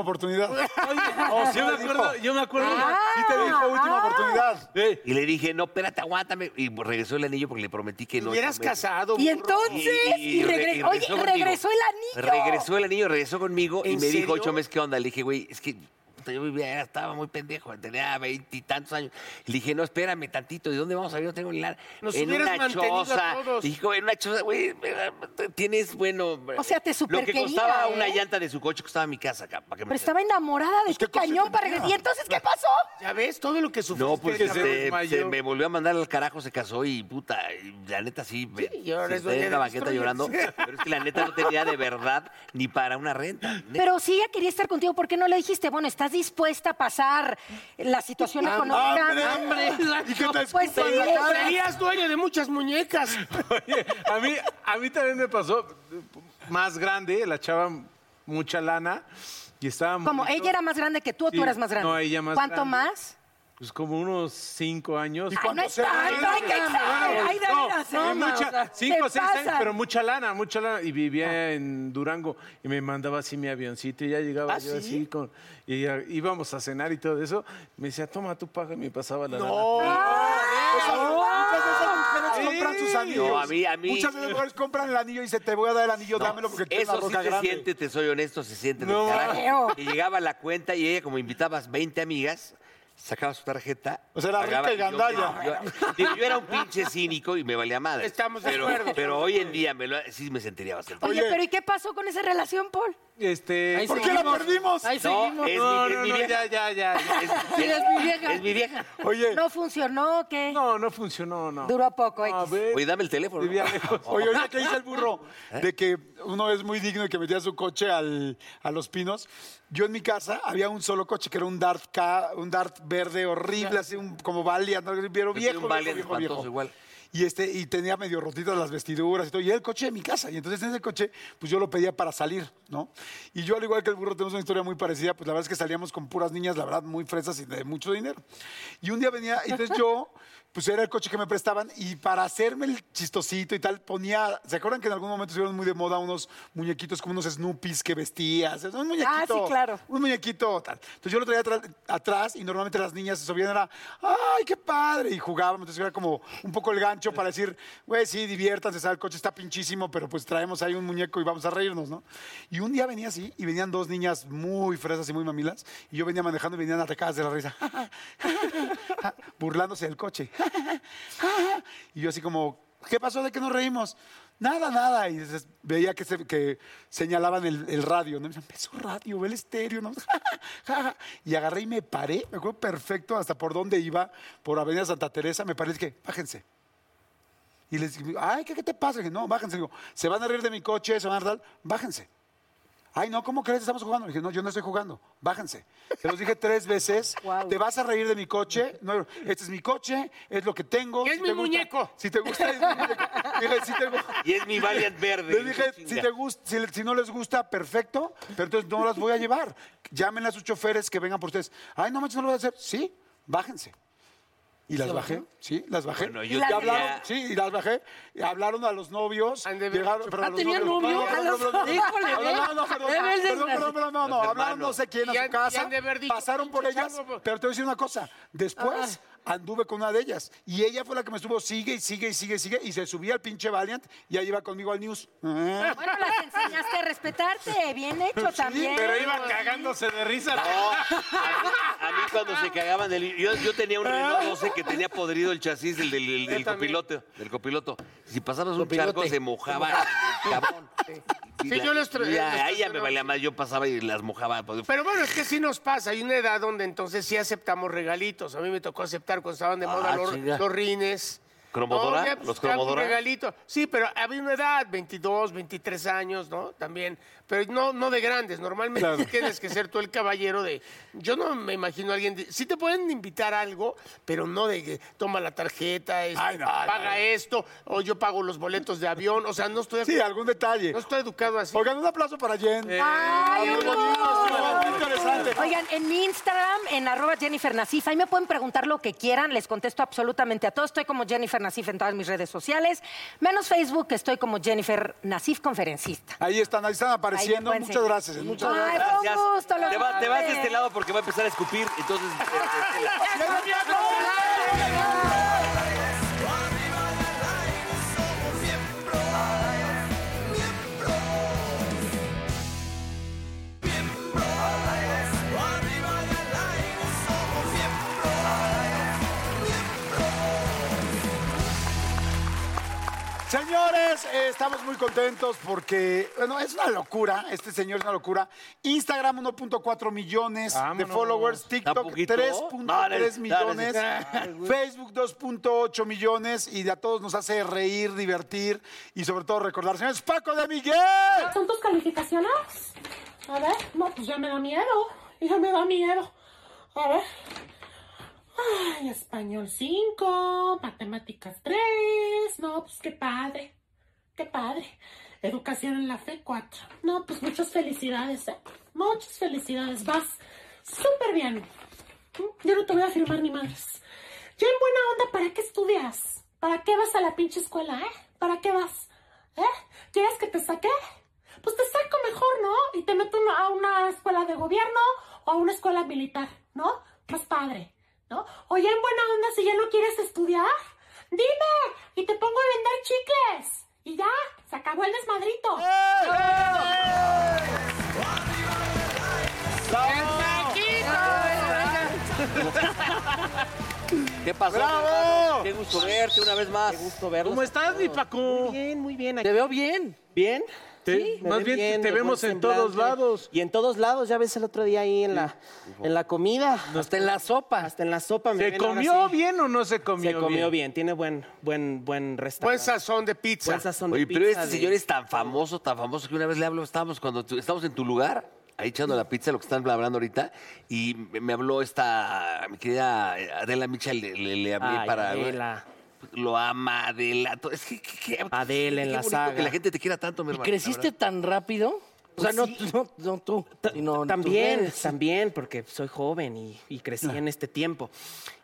oportunidad. Oh, sí, yo, me lo dijo. acuerdo, yo me acuerdo. Sí te dijo última Ah. oportunidad. Y le dije, no, espérate, aguántame. Y regresó el anillo porque le prometí que no. hubieras comer. casado, Y entonces, y, re- regre- y oye, conmigo. regresó el anillo. Regresó el anillo, regresó conmigo y ¿En me dijo, serio? ocho meses, ¿qué onda? Le dije, güey, es que puta, yo vivía, era- estaba muy pendejo, tenía veintitantos años. Le dije, no, espérame tantito, ¿de dónde vamos a ir? No tengo ni lana. Nos en hubieras una mantenido a choza. todos. Dijo, en una choza, güey, eh, tienes, bueno. O sea, te Lo que superquería, costaba ¿eh? una llanta de su coche costaba mi casa acá. Para que me Pero estaba enamorada de tu cañón para regresar. ¿Y entonces qué pasó? Ya ves, todo lo que sufriste. No, pues cabrón. se, se me volvió a mandar al carajo, se casó y puta, y la neta sí, me y ahora senté es dueña en la de banqueta Destroyer. llorando, pero es que la neta no tenía de verdad ni para una renta. Pero si ella quería estar contigo, ¿por qué no le dijiste, bueno, estás dispuesta a pasar la situación Hambre, económica? hambre, ¿Y qué te Pues sí, Serías dueño de muchas muñecas. Oye, a mí, a mí también me pasó eh, más grande, la chava mucha lana y estábamos... Como ella era más grande que tú o Sí, tú eras más grande. no, ella más ¿Cuánto grande. más? Pues como unos cinco años. Ay, no es tanto, hay que exagerar, ay, de veras, no, Emma, mucha- o sea, cinco te o seis años, pasan. Ah. pero mucha lana, mucha lana. Y vivía en Durango y me mandaba así mi avioncito y ya llegaba ¿Ah, yo sí? así con... Y ya íbamos a cenar y todo eso. Me decía, toma tu paga y me pasaba la No. lana. O sea, muchas veces las mujeres Sí. compran sus anillos. No, a mí- a mí- Muchas veces las mujeres compran el anillo y se te voy a dar el anillo, dámelo porque tienes la Eso sí boca se grande. siente, te soy honesto, se siente No, del carajo. creo. Y llegaba la cuenta y ella, como invitabas 20 amigas, sacaba su tarjeta. O sea, era pagaba rica y yo- gandalla. Yo, digo, yo era un pinche cínico y me valía madre. Estamos de pero, acuerdo. Pero hoy en día me lo- sí me sentiría bastante. Oye, pero ¿y qué pasó con esa relación, Paul? Este, Ahí ¿Por qué la seguimos. perdimos? Ahí no, seguimos. Es No, mi, es no, mi no, vieja. ya, ya, ya. Sí, es mi vieja. Es mi vieja. Oye. ¿No funcionó o qué? No, no funcionó, no. Duró poco, X. Oye, dame el teléfono. ¿Eh? Vivía lejos. Oye, oye, ¿qué dice el burro? De que uno es muy digno y que metía su coche al- a los pinos. Yo en mi casa había un solo coche que era un Dart, K, un Dart verde horrible, así un, como Valiant, ¿no? Yo pero tenía viejo, un Valiant viejo, viejo, espantoso viejo. igual. Y, este, y tenía medio rotitas las vestiduras y todo. Y era el coche de mi casa. Y entonces en ese coche, pues yo lo pedía para salir, ¿no? Y yo, al igual que el burro, tenemos una historia muy parecida. Pues la verdad es que salíamos con puras niñas, la verdad, muy fresas y de mucho dinero. Y un día venía, y entonces yo, pues era el coche que me prestaban. Y para hacerme el chistosito y tal, ponía. ¿Se acuerdan que en algún momento estuvieron muy de moda unos muñequitos como unos Snoopies que vestías? Un muñequito. Ah, sí, claro. Un muñequito tal. Entonces yo lo traía atra- atrás y normalmente las niñas se subían, era, ¡ay, qué padre! Y jugábamos. Entonces era como un poco el gancho para decir, güey, sí, diviértanse, ¿sabes? el coche está pinchísimo, pero pues traemos ahí un muñeco y vamos a reírnos, ¿no? Y un día venía así y venían dos niñas muy fresas y muy mamilas y yo venía manejando y venían atacadas de la risa, burlándose del coche. Y yo así como, ¿qué pasó de que nos reímos? Nada, nada. Y entonces veía que, se- que señalaban el, el radio. ¿no? Y me decían, ve su radio, ve el estéreo. ¿no? y agarré y me paré. Me acuerdo perfecto hasta por dónde iba, por Avenida Santa Teresa. Me paré y dije, bájense. Y les dije, ay, ¿qué, qué te pasa? Y dije, no, bájense. Digo, se van a reír de mi coche, se van a dar, bájense. Ay, no, ¿cómo crees? Estamos jugando. Le dije, no, yo no estoy jugando. Bájense. Se los dije tres veces. Te vas a reír de mi coche. No, este es mi coche, es lo que tengo. Es Si mi te gusta- muñeco. si te gusta, es mi muñeco. Dije, si te gu- Y es mi Valiant verde. Les dije, si, Chinga. te gusta, si, le- si no les gusta, perfecto, pero entonces no las voy a llevar. Llamen a sus choferes que vengan por ustedes. Ay, no manches, no lo voy a hacer. Sí, bájense. Y las bajé, sí, las bajé. Bueno, y yo tenía- hablaron, sí, y las bajé. Y hablaron a los novios. Llegaron, perdón, a los "Ah, ¿tenía novios, novio? perdón, A los- perdón, perdón. Híjole, No, ve. no, no, Ve, perdón, ve el perdón, desgraciado. perdón, perdón, no, no, Los hablaron no hermanos. sé quién a Y su han- y casa. han de haber dicho, Pasaron por "Pinche ellas, chango, pero te voy a decir una cosa. Después Ah. anduve con una de ellas y ella fue la que me estuvo sigue y sigue y sigue y sigue y se subía al pinche Valiant y ahí iba conmigo al News. Ah. Bueno, las enseñaste a respetarte. Bien hecho también. Pero iba cagándose de risa. A mí cuando se cagaban del... Yo, yo tenía un Renault 12 que tenía podrido el chasis del, del, del- del copiloto. Del copiloto. Si pasabas un Copilote. charco se mojaba el cabrón. Y Sí, la- yo les tra- y la- les a ella me traía- valía más, yo pasaba y las mojaba. pues, Pero bueno, es que sí nos pasa. Hay una edad donde entonces sí aceptamos regalitos. A mí me tocó aceptar cuando estaban de moda Ah, los, chinga. los rines. ¿Cromodora? No, ya, pues, ¿Los te hago un cromodora? regalito. Sí, pero había una edad, 22, 23 años, ¿no? También. Pero no, no de grandes. Normalmente Claro. sí tienes que ser tú el caballero de... Yo no me imagino a alguien... de- Sí te pueden invitar a algo, pero no de que toma la tarjeta, este, Ay, no, paga no. esto, o yo pago los boletos de avión. O sea, no estoy... Sí, algún detalle. No estoy educado así. Eh, Oigan, un aplauso para Jen. ¡Ay, Muy horror! bonito, estuvo muy interesante. Oigan, en mi Instagram, en arroba Jennifer Nasif, ahí me pueden preguntar lo que quieran, les contesto absolutamente a todos. Estoy como Jennifer Nasif en todas mis redes sociales, menos Facebook, que estoy como Jennifer Nasif conferencista. Ahí están, ahí están apareciendo. pueden muchas seguir. gracias. Muchas pues, Ay, gracias. fue un gusto, los te, va- te vas de amé. este lado porque va a empezar a escupir. Entonces, eh, Señores, eh, estamos muy contentos porque, bueno, es una locura. Este señor es una locura. Instagram 1.4 millones de Vámonos. followers. TikTok Tampoquito. 3.3 Dale, millones. dale. Facebook 2.8 millones. Y de a todos nos hace reír, divertir y sobre todo recordar. Señores, Paco de Miguel. ¿Son tus calificaciones? A ver, no, pues ya me da miedo, ya me da miedo. A ver. Ay, español 5, matemáticas 3. No, pues qué padre, qué padre. Educación en la fe 4. No, pues muchas felicidades, ¿eh? Muchas felicidades. Vas súper bien. ¿Mm? Yo no te voy a firmar ni madres. Yo en buena onda, ¿para qué estudias? ¿Para qué vas a la pinche escuela, eh? ¿Para qué vas? ¿Eh? ¿Quieres que te saque? Pues te saco mejor, ¿no? Y te meto una- a una escuela de gobierno o a una escuela militar, ¿no? Más padre, ¿no? O ya en buena onda, si ya no quieres estudiar, dime y te pongo a vender chicles. Y ya, se acabó el desmadrito. este, ¿Qué pasó? ¡Bravo! hermano? Qué gusto verte una vez más. Qué gusto verlos. ¿Cómo estás, mi Paco? Muy bien, muy bien. Te veo bien. ¿Bien? Te- me más ve bien te- te el buen vemos en todos semblante. lados. Y en todos lados, ya ves el otro día ahí en la, en la comida. Hasta en la sopa. Hasta en la sopa. me ¿Se ven ahora comió sí. bien o no se comió Se bien? comió bien. tiene buen, buen, buen restaurante. Buen sazón de pizza. Buen sazón Oye, de pizza. pero este de- señor es tan famoso, tan famoso que una vez le hablo, estábamos cuando tú- estábamos en tu lugar, ahí echando la pizza, lo que están hablando ahorita, y me me habló esta, mi querida Adela Micha, le, le- le hablé Ay, para. Adela. Lo ama Adela. to- Es que, que- que- Adela en qué la bonito saga. Que la gente te quiera tanto, mi hermano. la ¿Creciste verdad. tan rápido? O sea, Pues no, sí. no, no tú, sino También, tus redes. también, porque soy joven y, y crecí en este tiempo.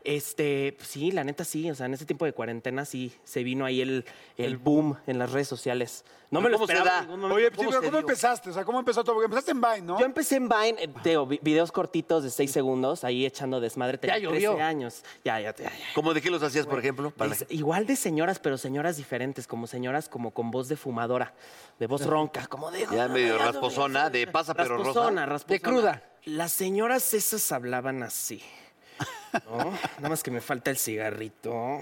Este, sí, la neta sí, o sea, en este tiempo de cuarentena sí se vino ahí el, el boom en las redes sociales. No me lo esperaba en ningún momento. Oye, pues sí, pero ¿cómo empezaste? O sea, ¿cómo empezó todo? Porque empezaste en Vine, ¿no? Yo empecé en Vine, eh, teo, vi- videos cortitos de 6 segundos, ahí echando desmadre. Tenía Ya llovió. 13 años. Ya, ya, ya, ya. ¿Cómo de qué los hacías, por ejemplo? Para la Es igual de señoras, pero señoras diferentes, como señoras como con voz de fumadora, de voz ronca, como de... gente? Ya medio rasposona, de pasa pero rosa. rasposona, rasposona. De cruda. Las señoras esas hablaban así. ¿no? Nada más que me falta el cigarrito.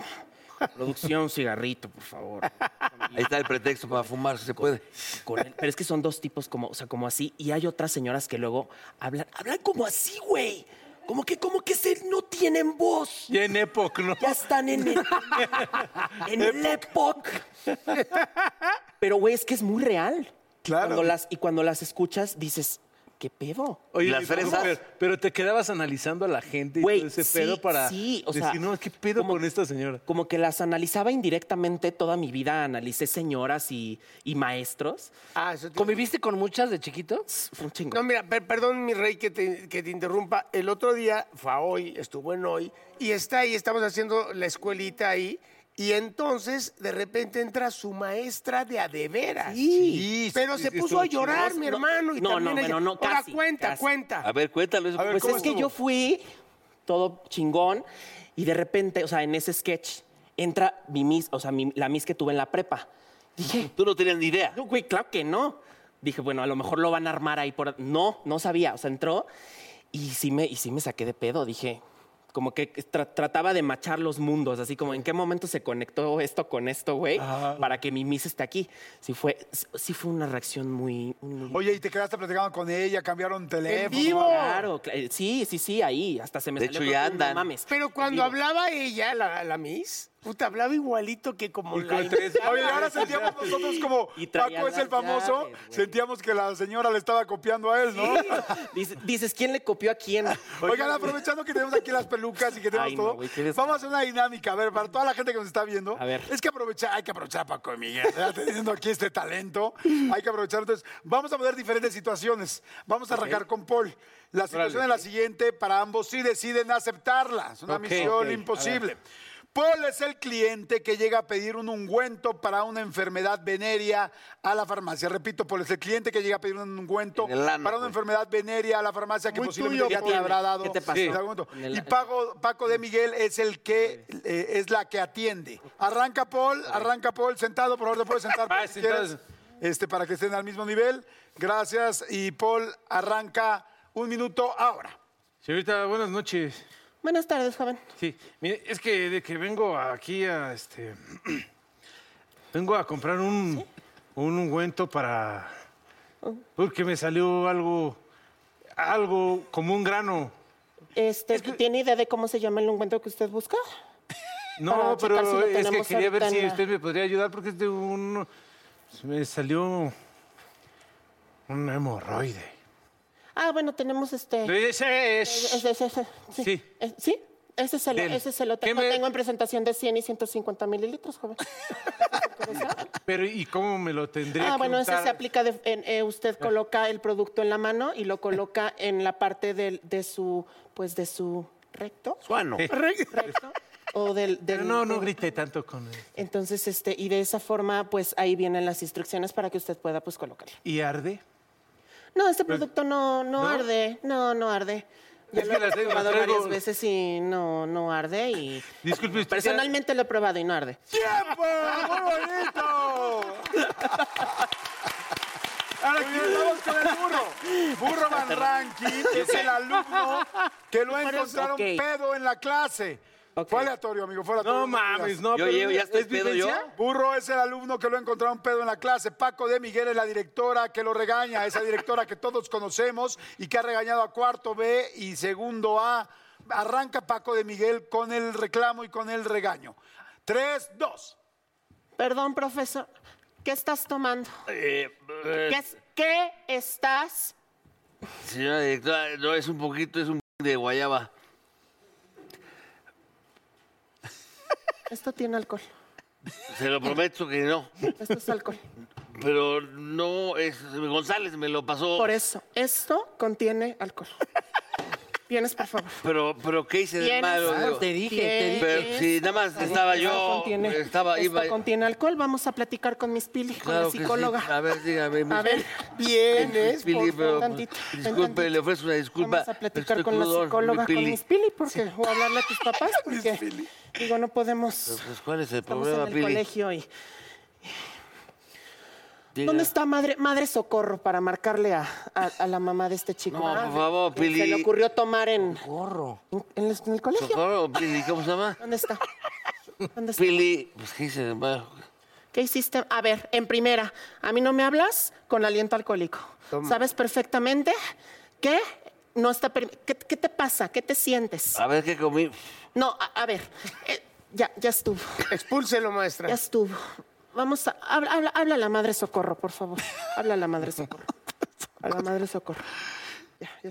Producción, cigarrito, por favor. Ahí está el pretexto para fumar, si se puede. Con él. Pero es que son dos tipos como, o sea, como así. Y hay otras señoras que luego hablan, hablan como así, güey. Como que, como que se no tienen voz. Y en Epoch, ¿no? Ya están en el, en el Epoch. Pero, güey, es que es muy real. Claro. las, y cuando las escuchas, dices, ¿qué pedo? Oye, mi Paco, Pero, pero te quedabas analizando a la gente y Güey, todo ese sí, pedo para sí, o sea, decir, no, ¿qué pedo con esta señora? Como que las analizaba indirectamente toda mi vida. Analicé señoras y, y maestros. Ah, eso te- ¿Conviviste con muchas de chiquitos? Un chingo. No, mira, per- perdón, mi rey, que te, que te interrumpa. El otro día fue a hoy, estuvo en hoy, y está ahí, estamos haciendo la escuelita ahí. Y entonces, de repente, entra su maestra de adeveras. Sí. Pero Sí, se sí, puso a estuvo llorar, chido. mi No, hermano. Y también no, ella. no, bueno, no, Ahora, casi, cuenta, casi. cuenta. A ver, cuéntalo. eso. pues es que yo fui todo chingón y de repente, o sea, en ese sketch entra mi miss, o sea, mi- la miss que tuve en la prepa. Dije, tú no tenías ni idea. No, güey, claro que no. Dije, bueno, a lo mejor lo van a armar ahí por no, no sabía, o sea, entró y sí me y sí me saqué de pedo, dije, como que tra- trataba de machar los mundos, así como en qué momento se conectó esto con esto, güey, para que mi miss esté aquí. Sí fue sí fue una reacción muy, muy Oye, y te quedaste platicando con ella, cambiaron teléfono. Claro, cla- eh, sí, sí, sí, ahí. Hasta se me De salió. hecho, creo ya que un no andan. mames. Pero cuando hablaba ella, la, la Miss, puta, hablaba igualito que como la... Oye, ahora sentíamos nosotros como Y traía Paco es el las famoso, llaves, güey. sentíamos que la señora le estaba copiando a él, ¿no? Dice- Dices, ¿quién le copió a quién? Oigan, aprovechando que tenemos aquí las pelucas y que tenemos Ay, no, todo, güey, qué des- vamos a hacer una dinámica. A ver, para toda la gente que nos está viendo, A ver. es que aprovechar, hay que aprovechar a Paco y Miguel, ¿verdad? teniendo aquí este talento, hay que aprovechar. Entonces, vamos a poner diferentes situaciones. Vamos a arrancar con Paul. La situación es la siguiente para ambos si deciden aceptarla. Es una Ok, misión ok, imposible. Paul es el cliente que llega a pedir un ungüento para una enfermedad venérea a la farmacia. Repito, Paul es el cliente que llega a pedir un ungüento En el ano, para una güey. enfermedad venérea a la farmacia que Muy posiblemente tuyo, ya te Paul. habrá dado. pues. ¿Qué te pasó? en algún momento. En el- Y Paco, Paco de Miguel es el que eh, es la que atiende. Arranca Paul, arranca Paul, sentado, por favor, te puedes sentar Ah, Paul, si sentado. quieres, este, para que estén al mismo nivel. Gracias. Y Paul arranca un minuto ahora. Señorita, buenas noches. Buenas tardes, joven. Sí, mire, es que de que vengo aquí a este. vengo a comprar un, un ungüento para. Porque me salió algo. Algo como un grano. Este, ¿Tiene idea de cómo se llama el ungüento que usted busca? Para No, checar pero si lo es que tenemos quería ver si cercana. usted me podría ayudar porque es de un. Me salió. Un hemorroide. Ah, bueno, tenemos este. Ese es. Ese, ese, ese, sí. Sí. Eh, ¿Sí? Ese se lo, Del- ese se lo ¿Qué tengo. me- Tengo en presentación de 100 y 150 mililitros, joven. Pero ¿y cómo me lo tendría Ah, que bueno, ese untar? se aplica. de- en- eh, usted Ah. coloca el producto en la mano y lo coloca en la parte del- de, su, pues, de su recto. Suano. Re- Recto. O del, Pero del- no, no grité tanto con él. Entonces, este, y de esa forma, pues ahí vienen las instrucciones para que usted pueda, pues, colocarlo. ¿Y arde? No, este Pues- producto no, no, ¿No? arde. No, no arde. Ya Es lo que he la tengo- probado la traigo- varias veces y no, no arde. Y Disculpe usted. ya- personalmente lo he probado y no arde. ¡Tiempo! ¡Muy bonito! Ahora aquí vamos con el burro. Burro Van Ranking es el alumno que lo Por eso, encontraron ok. pedo en la clase. Fue aleatorio, amigo, fue aleatorio. No mames, no, Yo pero pero llevo- ya estoy ¿es pedo yo. vivencia? Burro es el alumno que lo encontraron pedo en la clase. Paco de Miguel es la directora que lo regaña, esa directora que todos conocemos y que ha regañado a cuarto B y segundo A. Arranca Paco de Miguel con el reclamo y con el regaño. Tres, dos. Perdón, profesor. ¿Qué estás tomando? Eh, eh, ¿Qué, es- qué estás? Señora directora, no, es un poquito, es un de guayaba. Esto tiene alcohol. Se lo prometo que no. Esto es alcohol. Pero no, es González me lo pasó. Por eso, esto contiene alcohol. Vienes, por favor. Pero, pero ¿qué hice de Vienes, malo? claro, Digo, Ah, te dije, te dije. Pero si nada más estaba Esto yo, contiene, estaba, esto iba. contiene alcohol. Vamos a platicar con Miss Pili, con Claro la que sí. psicóloga. A ver, dígame. Miss- A ver, vienes, Miss Pili, por favor, pero, tantito, pues, ven Disculpe, le ofrezco una disculpa. Vamos a pero platicar estoy con la crudo, Miss psicóloga, con Pili. Miss Pili, porque o hablarle a tus papás, porque digo, no podemos. Pero, pues, ¿Cuál es el Estamos problema, en el Pili? colegio y. Diga. ¿Dónde está madre, madre socorro para marcarle a, a- a la mamá de este chico? No, Ah, por favor, que Se Pili. le ocurrió tomar en. Socorro. En, en el- en el colegio. Socorro, Pili, ¿cómo se llama? ¿Dónde está? ¿Dónde está? Pili, pues ¿qué hice de malo? ¿Qué hiciste? A ver, en primera, a mí no me hablas con aliento alcohólico. Toma. Sabes perfectamente que no está. permi- ¿Qué, qué te pasa? ¿Qué te sientes? A ver qué comí. No, a, a ver, eh, ya, ya estuvo. Expúlselo, maestra. Ya estuvo. Vamos a. Habla, habla- habla a la madre socorro, por favor. Habla a la madre socorro. A la madre socorro.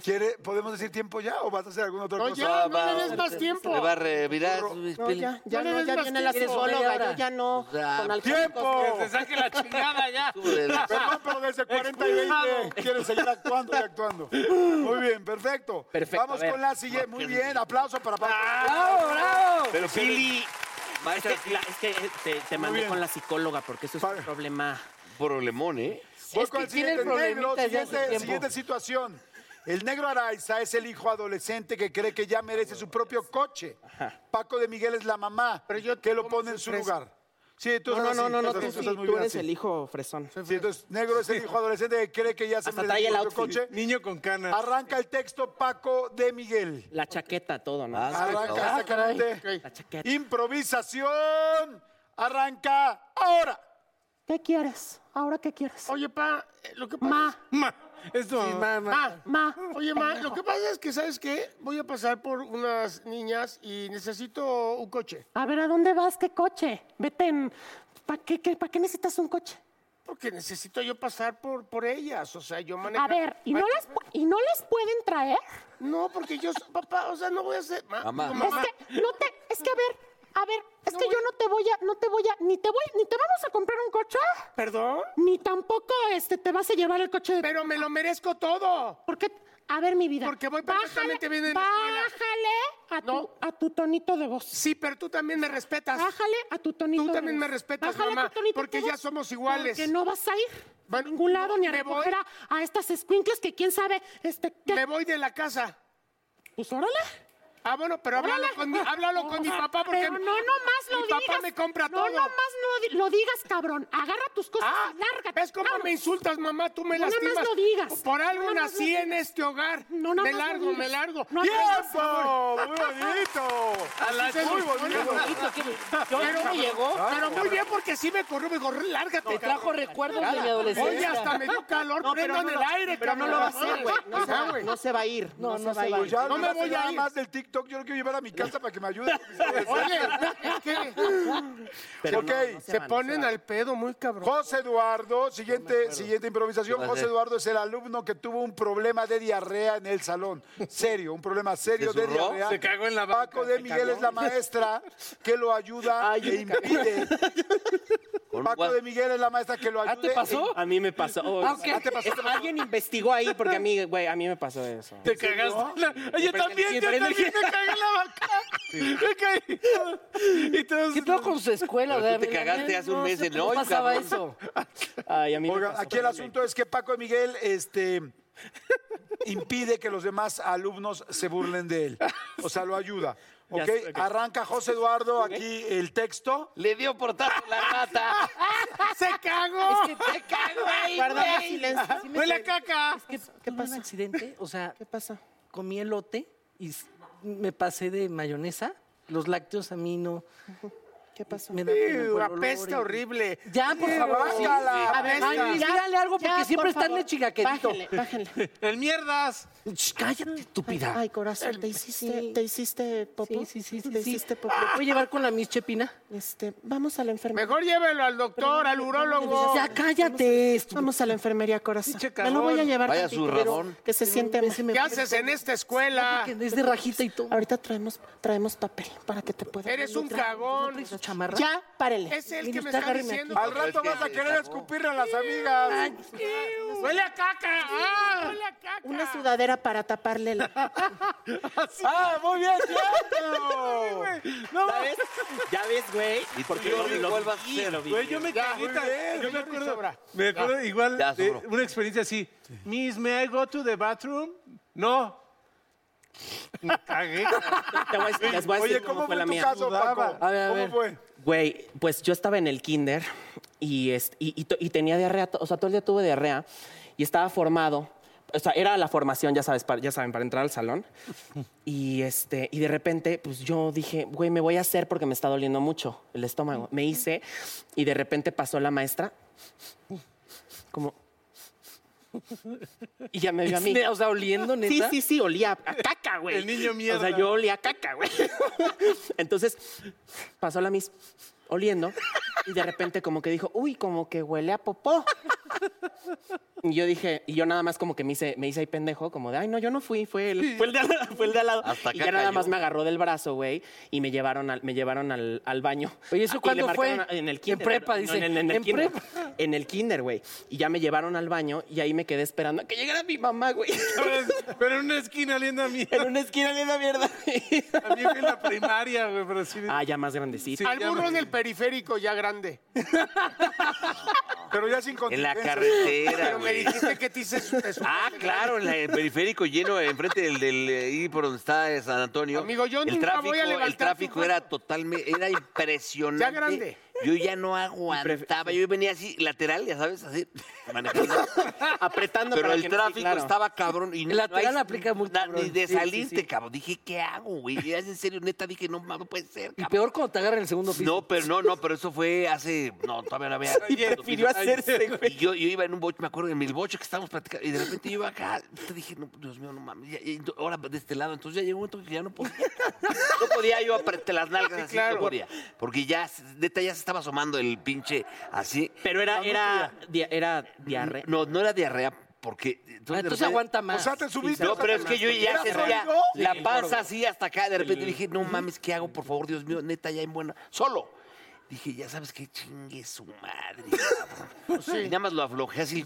¿Quiere, ¿Podemos decir tiempo ya o vas a hacer alguna otra cosa? Va, va, Le va a revirar. Miss No, Pili. ya, ya, No le no, des ya más viene la tiempo. psicóloga. Media Yo hora. ya no. sea, con ¡Tiempo! alcohólicos. Perdón, pero desde 40 y 20 quieren seguir actuando y actuando. Muy bien, perfecto. Perfecto, Vamos a ver. con la siguiente. Muy bien, aplauso para Paco. Ah, ¡Bravo, bravo! Pero Sí. Pili, Es que, la- es que, eh, te, te mandé bien. con la psicóloga porque eso es un problema. Problemón, ¿eh? Voy Es con que el siguiente tiene negro, problemitas ya hace siguiente, tiempo. siguiente situación. El negro Araiza es el hijo adolescente que cree que ya merece su propio coche. Paco de Miguel es la mamá que lo pone en su fresa. lugar. Sí, tú No, no, estás no, así, no, no, estás- tú, estás sí, muy tú bien eres así. el hijo fresón. Sí, entonces, negro es el hijo adolescente que cree que ya se Hasta merece trae su el propio outfit. coche. Niño con canas. Arranca el texto Paco de Miguel. La chaqueta, todo, ¿no? Arranca Ah, caray. exactamente. La chaqueta. Improvisación. Arranca ahora. ¿Qué quieres? ¿Ahora qué quieres? Oye, pa, eh, lo que pasa. Ma. Esto. Sí, ma, ma. Ah, Ma. Oye, ma, pendejo. lo que pasa es que, ¿sabes qué? Voy a pasar por unas niñas y necesito un coche. A ver, ¿a dónde vas? ¿Qué coche? Vete en... ¿Para qué, qué- pa' qué necesitas un coche? Porque necesito yo pasar por, por ellas. O sea, yo manejo. A ver, ¿y no, las, pu- ¿y no las pueden traer? No, porque yo, so- papá, o sea, no voy a ser. ma- Mamá. digo, Es mamá. que, no te, es que a ver, a ver, es que yo no te voy a, no te voy a, ni te voy, ni te vamos a comprar un coche. ¿Perdón? Ni tampoco este, te vas a llevar el coche de... Pero me lo merezco todo. ¿Por qué? A ver, mi vida. Porque voy bájale- perfectamente bien en la escuela. Bájale a, No. tu, a tu tonito de voz. Sí, pero tú también me respetas. Bájale a tu tonito Tú de también voz. me respetas, Bájale a tu mamá, tonito porque de ya voz, somos iguales. Porque no vas a ir Bueno, a ningún lado ni a me voy. recoger a, a estas escuincles que quién sabe, este, ¿qué? Me voy de la casa. Pues órale. Ah, bueno, pero háblalo Órale. con mi, háblalo con mi Ah, papá porque Pero no, nomás lo mi digas. papá me compra no, todo. No, nomás no di- lo digas, cabrón. Agarra tus cosas Ah, y lárgate. ¿Ves cómo me insultas, mamá? Tú me No, nada más lastimas. lo digas. Por algo No, nada más nací lo en digas. este hogar. No, nada me más lo largo, me digas. largo. No, ¡Tiempo! ¡Muy bonito! Así se- muy bonito. Yo Pero- no llegó. Pero muy bien porque sí me corrió, me dijo, lárgate. Me trajo recuerdos de mi Oye, adolescencia. hasta me dio calor, No, pero prendan no el lo- aire, pero no cabrón. lo va a hacer, güey. No, se Ah, va- güey. no se va a ir. No, se va a Pues ir. ya No me me voy voy a nada ir. más del TikTok. Yo no quiero llevar a mi casa para que me ayude. Oye, es que Pero ok, no, no se, va, no ponen se va. al pedo muy cabrón. José Eduardo, siguiente, siguiente improvisación. ¿Qué va a José hacer? Eduardo es el alumno que tuvo un problema de diarrea en el salón. Serio, un problema serio ¿Se de zurró? diarrea. Se cagó en la banca. Paco de Se Miguel cagó. es la maestra que lo ayuda e impide Con un Paco guas- de Miguel es la maestra ¿Ah, que lo ayude. e ¿Te pasó? A mí me pasó. Ah, ok. ¿Te pasó? Alguien investigó ahí porque a mí, güey, a mí me pasó eso. Te cagaste. la- Yo también, yo también me cagué en la vaca. Me caí. Y todos- ¿Qué pedo con su escuela? Pero tú te cagaste hace un mes sé en cómo hoy, pasaba cabrón. eso? Ay, a mí me Oiga, pasó aquí el también. asunto es que Paco de Miguel este, impide que los demás alumnos se burlen de él. O sea, lo ayuda. Ya ¿Ok? sé, ok. Arranca José Eduardo aquí el texto. Le dio portazo la rata. ¡Se cagó! Es que te cago ahí, Guardamos güey. silencio. Sí me Huele cagué. a caca. Es que ¿Qué pasó? un accidente, o sea... ¿Qué pasa? Comí elote y s- me pasé de mayonesa. Los lácteos a mí no... ¿Qué pasó? Me da pena por el Ew, olor apesta y- horrible. Ya, por Ew, favor. bájala, A ver, apesta. Ay, dígale algo porque Ya, siempre por están favor. de chigaquerito. Bájenle, bájenle. El mierdas. Ch, cállate, estúpida. Ay, corazón, ¿te hiciste, ¿te hiciste popó? Sí, sí, sí. ¿Te hiciste popó? ¿Puedo llevar con la mis Chepina? Este, vamos a la enfermería. Mejor llévelo al doctor, al urólogo. Ya, cállate. Vamos a la enfermería, corazón. Pinche Me lo voy a cagón. llevar Vaya tantito, su pero rabón. que se siente más. ¿Qué haces en esta escuela? Es de rajita y todo. Ahorita traemos, traemos papel para que te puedas. Eres un cagón. chamarra? Ya, párele. Es el Mire, que me usted está agárreme diciendo. aquí. Al rato vas a querer escupirle a las amigas. Huele a caca. Ah, huele a caca. Una sudadera para taparle la... ¡Ah, muy bien, cierto! ¿Ya ves? ¿Ya ves, güey? Y porque Yo no vi- lo vuelvas a hacer, amigo. Güey, yo me Ya, cagué. muy tan- bien, Yo me ya, acuerdo, sobra. me acuerdo igual Ya, de sobró. una experiencia así. Miss, ¿me I go to the bathroom? No. Me cagué. Te voy a decir, les voy a Oye, decir ¿cómo fue fue la tu mía. caso, Paco? A ver, a ver. ¿Cómo fue? Güey, pues yo estaba en el kinder y, este, y, y to- y tenía diarrea, to- o sea, todo el día tuve diarrea y estaba formado. O sea, era la formación, ya sabes, para- ya saben, para entrar al salón. Y este, y de repente, pues yo dije, güey, me voy a hacer porque me está doliendo mucho el estómago. Me hice y de repente pasó la maestra, como. Y ya me vio a mí. O sea, oliendo, neta. Sí, sí, sí, olía a caca, güey. El niño mierda. O sea, yo olía a caca, güey. Entonces, pasó la mis oliendo y de repente como que dijo, uy, como que huele a popó. Y yo dije, y yo nada más como que me hice, me hice ahí pendejo, como de, ay, no, yo no fui, fue el, fue el de al lado. Fue el de al lado. Hasta y acá ya nada cayó. más me agarró del brazo, güey, y me llevaron al, me llevaron al, al baño. Oye, ¿eso Y le cuándo fue? marcaron a- En el En kinder. prepa, no, dice. En, el- en el En kinder. prepa. En el kinder, güey. Y ya me llevaron al baño y ahí me quedé esperando a que llegara mi mamá, güey. Pero en una esquina oliendo a mí. En una esquina linda mierda. A mí fue en la primaria, güey, pero sí. Ah, ya más grandecito. Sí. Al burro en el periférico ya grande. Pero ya sin En la contingencias. carretera, Pero me güey. dijiste que te hice su- te Ah, su- claro, en la- el periférico lleno, enfrente del, del ahí por donde está eh, San Antonio. Amigo, yo el nunca tráfico, voy a levantar El tu tráfico era juego. totalmente, era impresionante. Ya grande. Yo ya no aguantaba, yo venía así, lateral, ya sabes, así, manejando. Apretando Pero para el que no- sí, tráfico claro. estaba cabrón. Y no, El lateral no hay- aplica muy na- cabrón. Ni de Sí, sí, salirte, sí. cabrón. Dije, ¿qué hago, güey? Ya es en serio, neta, dije, no, mames, no puede ser, Y cabrón. peor cuando te agarran el segundo piso. No, pero no, no, pero eso fue hace. No, todavía no había. Y prefirió hacerse, güey. Y yo, yo iba en un bocho, me acuerdo, en el bocho que estábamos platicando, y de repente yo iba acá, te dije, no, Dios mío, no mames, ya- ya- ahora de este lado, entonces ya llegó un momento que ya no podía. No podía yo apretarte las nalgas así, claro. no podía. Porque ya, neta, ya se estaba asomando el pinche así. Pero Ah, era, era, dia- era diarrea. No, no era diarrea, porque. pues, Ah, entonces de Entonces repente- aguanta más. O sea, te subiste. no, pero es que yo ya sentía la Sí, panza claro. así hasta acá. De repente dije, no mames, ¿qué hago? Por favor, Dios mío, neta, ya en buena. Solo. Dije, ya sabes qué chingue su madre. cabrón". Y nada más lo aflojé así.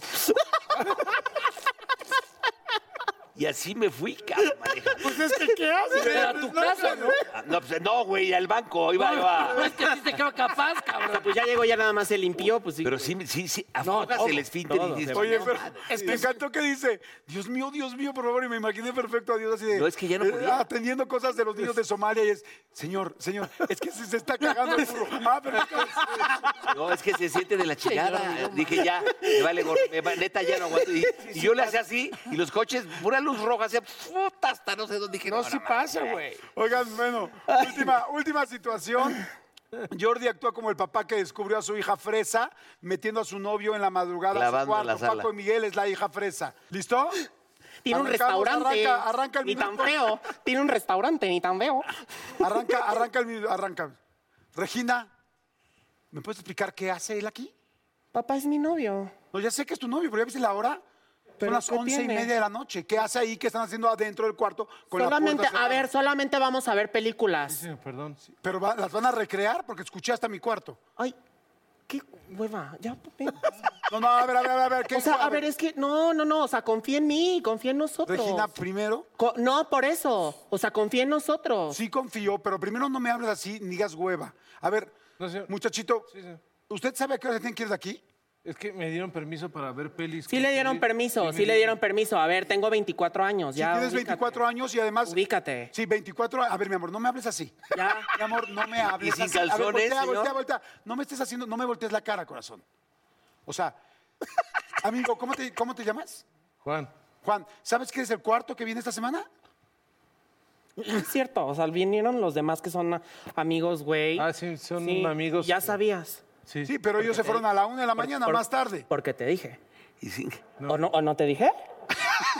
y así me fui, cabrón, manejando. Pues es que, ¿qué haces? Pero a tu casa, ¿no? No, pues, no, güey, al banco, iba, No, iba. es que sí te creo capaz, cabrón. Pues ya llegó, ya nada más se limpió, pues sí. Pero sí, sí, sí, No, aflojas todo, el esfínter todo, y dices, se Oye, "No, pero madre". es me encantó que dice, Dios mío, Dios mío, por favor, y me imaginé perfecto a Dios así de... No, es que ya no eh, podía. atendiendo cosas de los niños de Somalia y es, señor, señor, es que se, se está cagando el burro. Ah, pero es que- No, es que se siente de la chingada. Dije, ya, me vale gorro, me va- neta, ya no aguanto. Y, y yo le hacía así, y los coches, pura luz roja, hacía puta hasta no sé dónde. Dije, No, sí mames". pasa, güey. Oigan, bueno, última, última situación. Jordi actúa como el papá que descubrió a su hija fresa metiendo a su novio en la madrugada a su Lavando la cuarto. sala. Paco y Miguel es la hija fresa. ¿Listo? Tiene un Arrancamos, restaurante. Arranca, arranca el ni tan minuto. feo. Tiene un restaurante, ni tan feo. Arranca, arranca el minuto, arranca. Regina, ¿me puedes explicar qué hace él aquí? Papá es mi novio. No, ya sé que es tu novio, pero ya viste la hora. Son ¿Pero las qué once y tiene? media de la noche. ¿Qué hace ahí? ¿Qué están haciendo adentro del cuarto? Con la solamente, puerta a cerrada? ver, solamente vamos a ver películas. Perdón. Pero va- las van a recrear porque escuché hasta mi cuarto. Ay, qué hueva, ya ven. No, no, a ver, a ver, a ver. ¿qué- O sea, a a ver, es que no, no, no, o sea, confía en mí, confía en nosotros. Regina, primero. Co- no, por eso. O sea, confía en nosotros. Sí confío, pero primero no me hables así, ni digas hueva. A ver, muchachito, ¿usted sabe a qué hora se tiene que ir de aquí? Es que me dieron permiso para ver pelis. Sí le dieron permiso, sí le dieron permiso. A ver, tengo 24 años, Si ya. tienes ubícate. 24 años y además... Ubícate. Sí, 24 años. A ver, mi amor, no me hables así. Ya. Mi amor, no me hables sin así. A ver, calzones, voltea, señor? voltea, voltea. No me estés haciendo, no me voltees la cara, corazón. O sea, amigo, ¿cómo te, cómo te llamas? Juan. Juan, ¿sabes que es el cuarto que viene esta semana? Es cierto, o sea, vinieron los demás que son a- amigos, güey. Ah, sí, son amigos. Ya sabías. Sí, pero ellos se fueron a la una de la mañana, más tarde. Porque te dije. ¿O, no, ¿O no te dije?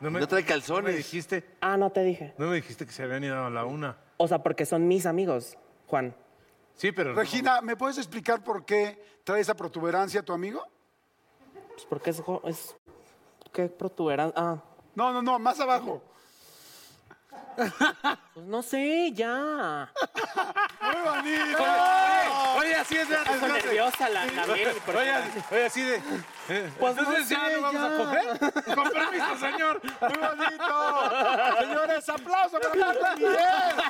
No, me, trae calzones. me dijiste. Ah, no te dije. No me dijiste que se habían ido a la una. O sea, porque son mis amigos, Juan. Sí, pero. no. Regina, ¿me puedes explicar por qué trae esa protuberancia a tu amigo? Pues porque es. jo- es qué protuberancia. Ah. No, no, no, más abajo. Pues no sé, ya. Muy bonito. Oye, oye, así es, ¿verdad? Estoy nerviosa la- la Mary, porque- Oye, oye, así de. eh, Pues no Entonces ya sé, no vamos ya. a coger. Con permiso, señor. Muy bonito. Señores, aplauso para Marta Miguel.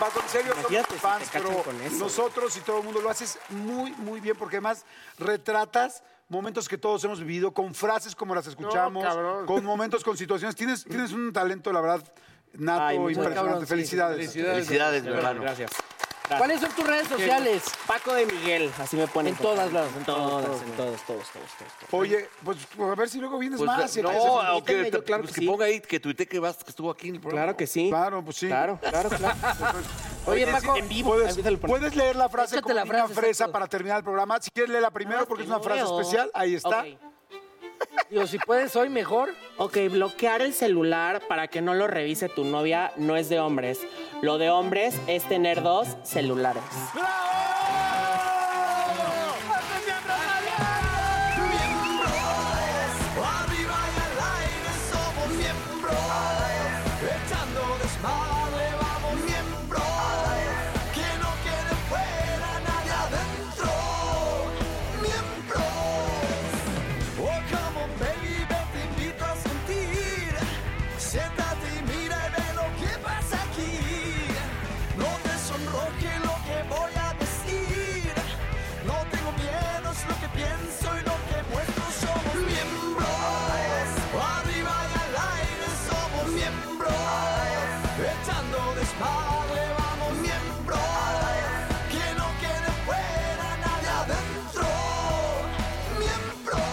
Paco, en serio, somos Imagínate si fans, te cachan pero con eso. nosotros y todo el mundo lo haces muy, muy bien, porque además retratas momentos que todos hemos vivido con frases como las escuchamos, cabrón. con momentos, con situaciones. Tienes, tienes un talento, la verdad, nato, Ay, muchas impresionante. cabrón, sí, Felicidades. felicidades. Felicidades, mi hermano. Gracias. ¿Cuáles son tus redes sociales? Paco de Miguel, así me ponen. En todas las- En en todas, todas, en todas, todos, todos, todos, todos. Oye, pues a ver si luego vienes Pues, más. si no, acaso. aunque Invítenme, yo claro que, ponga ahí que tuite que, vas, que estuvo aquí en el programa. Claro que sí. Claro, pues sí. Claro, claro, claro. Oye, Paco, ¿puedes, puedes leer la frase Échate la como una frase, fresa exacto. para terminar el programa? Si quieres leerla primero porque es una no frase veo. especial, ahí está. Ok. Digo, si puedes hoy, mejor. Ok, bloquear el celular para que no lo revise tu novia no es de hombres. Lo de hombres es tener dos celulares. Arriba y al aire somos miembros, echando desmadre vamos miembros, que no quede fuera nadie adentro, miembros. Oh, como baby, te invito a sentir, siéntate y mira y ve lo que pasa aquí, no te sonroje lo que voy a decir, no tengo miedo, es lo que pienso y lo que muestro somos miembros. Arriba y al aire somos miembros. Echando desmadre vamos miembros. Que no quede fuera nadie adentro. Miembros.